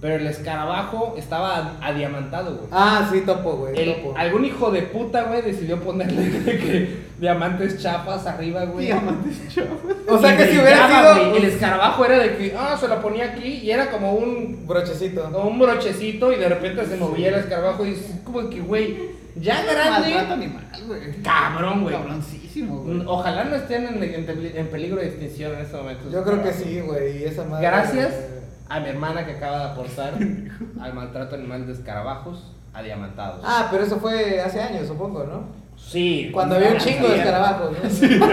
D: Pero el escarabajo estaba adiamantado, güey.
A: Ah, pues. sí, topo, güey.
D: El-
A: topo.
D: algún hijo de puta, güey, decidió ponerle de que diamantes chapas arriba, güey.
C: Diamantes chavos.
A: O sea que si hubiera
D: Brillaba,
A: sido.
D: güey. El escarabajo era de que, ah, se lo ponía aquí y era como un,
A: brochecito.
D: como un brochecito y de repente se movía el escarabajo y es como que, güey, ya
C: Maltrato
D: grande.
C: animal, güey.
D: Cabrón, güey. Mm,
C: Cabroncísimo, güey.
D: Ojalá no estén en, en peli- en peligro de extinción en este momento.
A: Yo creo que sí, güey. y esa madre- eh,
D: Gracias a mi hermana que acaba de aportar al maltrato animal de escarabajos adiamantados.
A: Ah, pero eso fue hace años, supongo, ¿no?
D: sí.
A: Cuando había un
D: Ah,
A: chingo de
D: sí.
A: escarabajos, ¿no?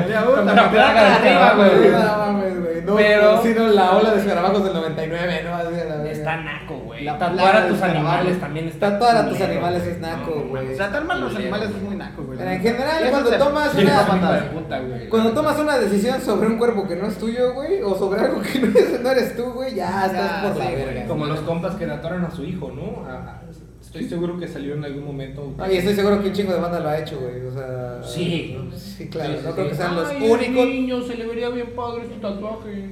A: Había una
D: Una plaga de arriba, güey.
A: No mames, güey. No,
D: Pero-
A: ha sido la ola de escarabajos del 99, ¿no? Así a la verga.
D: Está naco, güey.
C: La
D: Tatuar
C: plaga
D: a
C: de
D: tus
C: escarabajos.
D: animales también está.
A: Tatuar a tus
D: culero,
A: animales
D: güey.
A: es naco,
D: No, no
A: güey.
D: mames.
C: Tratar mal a los
D: Culero,
C: animales es
D: güey.
C: muy naco, güey.
A: Pero en general, cuando
C: se-
A: tomas
C: Sí,
D: Sí,
A: una-
C: es un hijo de puta.
D: puta, güey.
A: Cuando tomas una decisión sobre un cuerpo que no es tuyo, güey, o sobre algo que no, es- no eres tú, güey, ya estás
C: Ya,
A: por la
C: sí, güey.
A: verga.
D: Como los compas que tatuaron a su hijo, ¿no? A- a- Estoy seguro que salió en algún momento.
A: No, y estoy seguro que un chingo de banda lo ha hecho, güey. O sea.
D: Sí.
A: Sí, claro.
D: Sí, sí,
A: no creo
D: sí.
A: que sean los
D: Ay,
A: únicos.
D: el niño se le vería bien padre su tatuaje.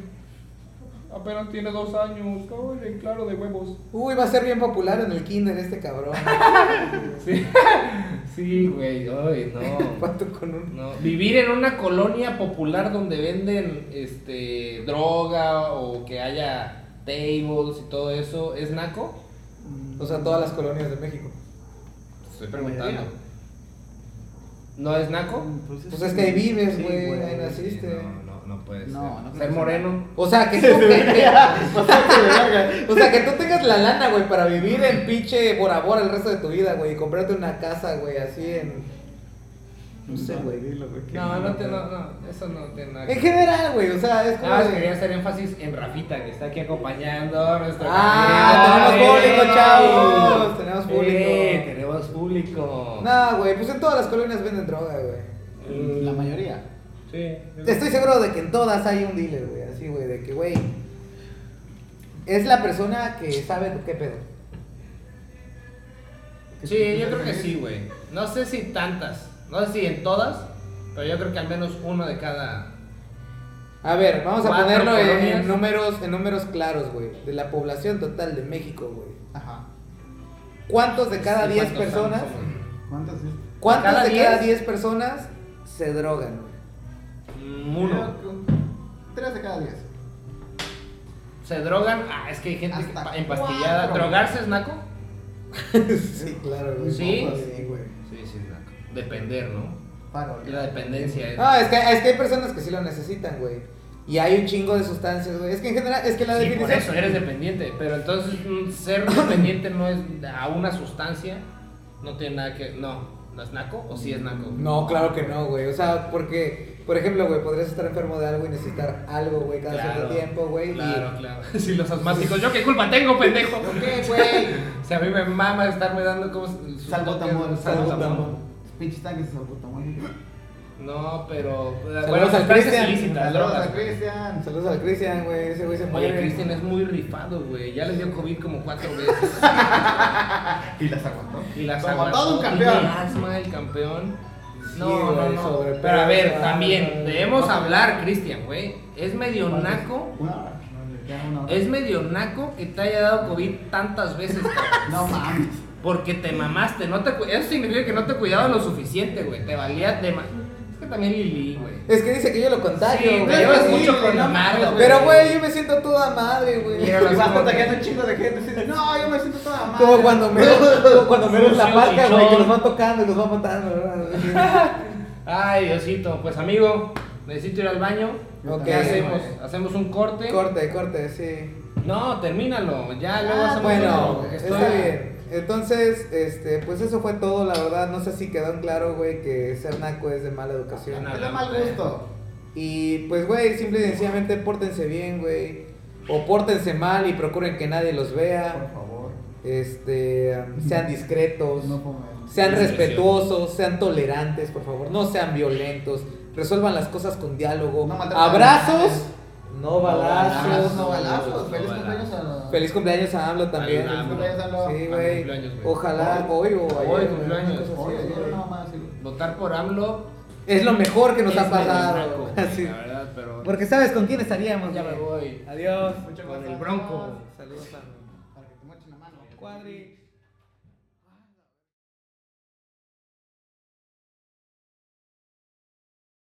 D: Apenas tiene dos años. Ay, claro, de huevos.
A: Uy, va a ser bien popular en el kinder este cabrón.
D: Sí, sí, güey. Ay, no.
A: Pato con un.
D: No. Vivir en una colonia popular donde venden este droga o que haya tables y todo eso, ¿es naco?
A: O sea, todas las colonias de México.
D: Estoy preguntando. ¿No es naco?
C: Mm,
A: Pues es que ahí vives,
C: Sí,
A: güey,
C: güey.
A: ahí naciste.
D: No, no, no puede ser.
C: No, no puede
D: ser
C: ser.
D: moreno.
A: O sea, que tú, que- que-
C: Pasarte pues de verga.
A: o sea, que tú tengas la lana, güey, para vivir en pinche Bora Bora el resto de tu vida, güey, y comprarte una casa, güey, así en. No sé, güey.
C: dilo, güey, que
D: No, no, te, no, no, eso no tiene nada.
A: En
D: que ver.
A: general, güey, o sea, es como.
D: Nada más
A: de-
D: Ah, quería hacer énfasis en Rafita, que está aquí acompañando a nuestro
A: Ah,
D: compañero.
A: tenemos público,
D: Eh,
A: chavos, tenemos público.
D: Eh, tenemos público.
A: No, güey, pues en todas las colonias venden droga, güey.
D: Mm,
A: Eh,
C: La mayoría.
D: Sí.
A: Estoy seguro de que en todas hay un dealer, güey, así, güey, de que, güey. Es la persona que sabe qué pedo.
D: Sí, yo creo que sí, güey. No sé si tantas, no sé si en todas, pero yo creo que al menos uno de cada.
A: A ver, vamos a
D: Cuatro
A: ponerlo en,
D: colonias.
A: en números, en números claros, güey. De la población total de México, güey.
C: Ajá.
A: ¿Cuántos de cada
D: Sí,
A: 10
D: cuántos
A: personas?
D: somos, somos.
C: ¿Cuántas es?
A: ¿Cuántos
D: ¿Cada
A: de cada
D: 10?
A: 10 personas se drogan, güey?
D: Mm, Uno.
C: Creo que Tres de cada diez.
D: Se drogan. Ah, es que hay gente que
C: Hasta
D: pa- empastillada.
C: cuatro.
D: ¿Drogarse es naco?
A: sí, claro, güey. pues
D: Sí.
A: Sí, güey.
D: Sí, sí, es naco. Depender, ¿no?
C: Paro.
D: La dependencia es.
A: No, es que, es que hay personas que sí lo necesitan, güey. Y hay un chingo de sustancias, güey. Es que en general, es que la
D: Sí, por
A: definición.
D: eso ¿eh? eres dependiente, pero entonces mm, ser dependiente no es a una sustancia, no tiene nada que. No, ¿no es naco o sí es naco?
A: No, claro que no, güey. O sea, porque, por ejemplo, güey, podrías estar enfermo de algo y necesitar algo, güey, cada cierto tiempo, güey. y-
D: Claro, claro. Sí, los asmáticos, ¿yo qué culpa tengo, pendejo?
A: ¿Por qué, güey?
D: O sea, a mí me mama estarme dando como. sus
C: Salbutamol.
D: toques, salbutamol.
C: Pinches tanques de salbutamol.
D: No, pero. eh,
A: Saludos
D: bueno,
A: al
D: sustancias
A: Cristian.
D: ilícitas,
C: Saludos
D: drogas.
C: a Cristian.
A: Saludos al Cristian, güey. Ese güey se
D: Oye,
A: muere.
D: Cristian es muy rifado, güey. Ya le dio COVID como cuatro veces.
C: Y las aguantó.
D: Y las
C: Como
D: aguantó,
C: todo un
D: tiene
C: campeón.
D: asma el campeón.
A: Sí,
D: No, no,
A: güey,
D: no.
A: sobrepeso,
D: Pero a ver,
A: ah,
D: también
A: no,
D: debemos
A: no.
D: hablar, Cristian, güey. Es medio naco.
C: Una hora. Ya una hora.
D: Es medio naco que te haya dado COVID tantas veces, cabrón.
C: No mames.
D: Porque te mamaste. No te cu- Eso significa que no te cuidabas lo suficiente, güey. Te valía de ma- Es que también Lili, güey.
A: Es que dice que yo lo contagio,
D: Sí,
A: güey.
D: te llevas
C: sí,
D: mucho con
C: no
D: la
C: mames,
D: madre,
A: Pero, güey, yo me siento toda madre, güey.
D: Mira,
C: Y vas
D: como que-
C: contagiando un chingo de gente. y dices, No, yo me siento toda madre.
A: Como cuando me, como cuando me ven la
D: Sucio,
A: parca, güey, que
D: chichón.
A: los van tocando y los van matando, ¿verdad?
D: Ay, Diosito. Pues, amigo, necesito ir al baño.
A: Ok,
D: ¿Qué hacemos?
C: güey.
D: Hacemos un corte.
A: Corte, corte, sí.
D: No, termínalo. Ya luego
C: Ah,
D: hacemos otro,
A: Bueno,
D: porque estoy-
A: está bien. Entonces, este, pues eso fue todo, la verdad. No sé si quedó en claro, güey, que ser naco es de mala educación.
D: Ah,
C: Es de mal gusto.
A: Y pues, güey, simple y sencillamente pórtense bien, güey. O pórtense mal y procuren que nadie los
C: Por
A: vea.
C: favor.
A: Este, um, sean discretos.
C: No comen.
A: Sean
D: Discreción.
A: respetuosos, sean tolerantes, por favor. No sean violentos. Resuelvan las cosas con diálogo.
C: No maltraten
A: Abrazos,
C: animales.
A: no
C: balazos,
A: balazos.
C: no balazos.
D: No
C: Feliz cumpleaños
D: balazos.
C: a.
A: Feliz cumpleaños a AMLO también.
D: Feliz
C: cumpleaños, AMLO.
A: Sí,
D: AMLO
A: güey.
D: cumpleaños, güey.
A: Ojalá hoy o ayer.
D: Hoy
A: güey,
D: cumpleaños.
A: una cosa
C: Oye,
A: así,
C: yo
A: güey.
C: no más.
D: Votar por AMLO.
A: Es lo mejor que nos
D: es
A: ha pasado.
D: medio naco,
A: güey.
D: güey,
A: Sí.
D: La verdad, pero.
A: Porque sabes con quién estaríamos.
D: Ya
A: güey.
D: me voy.
A: Adiós.
D: Con el Bronco.
A: Saludos a
C: Para que te mochen la mano.
A: Cuadri.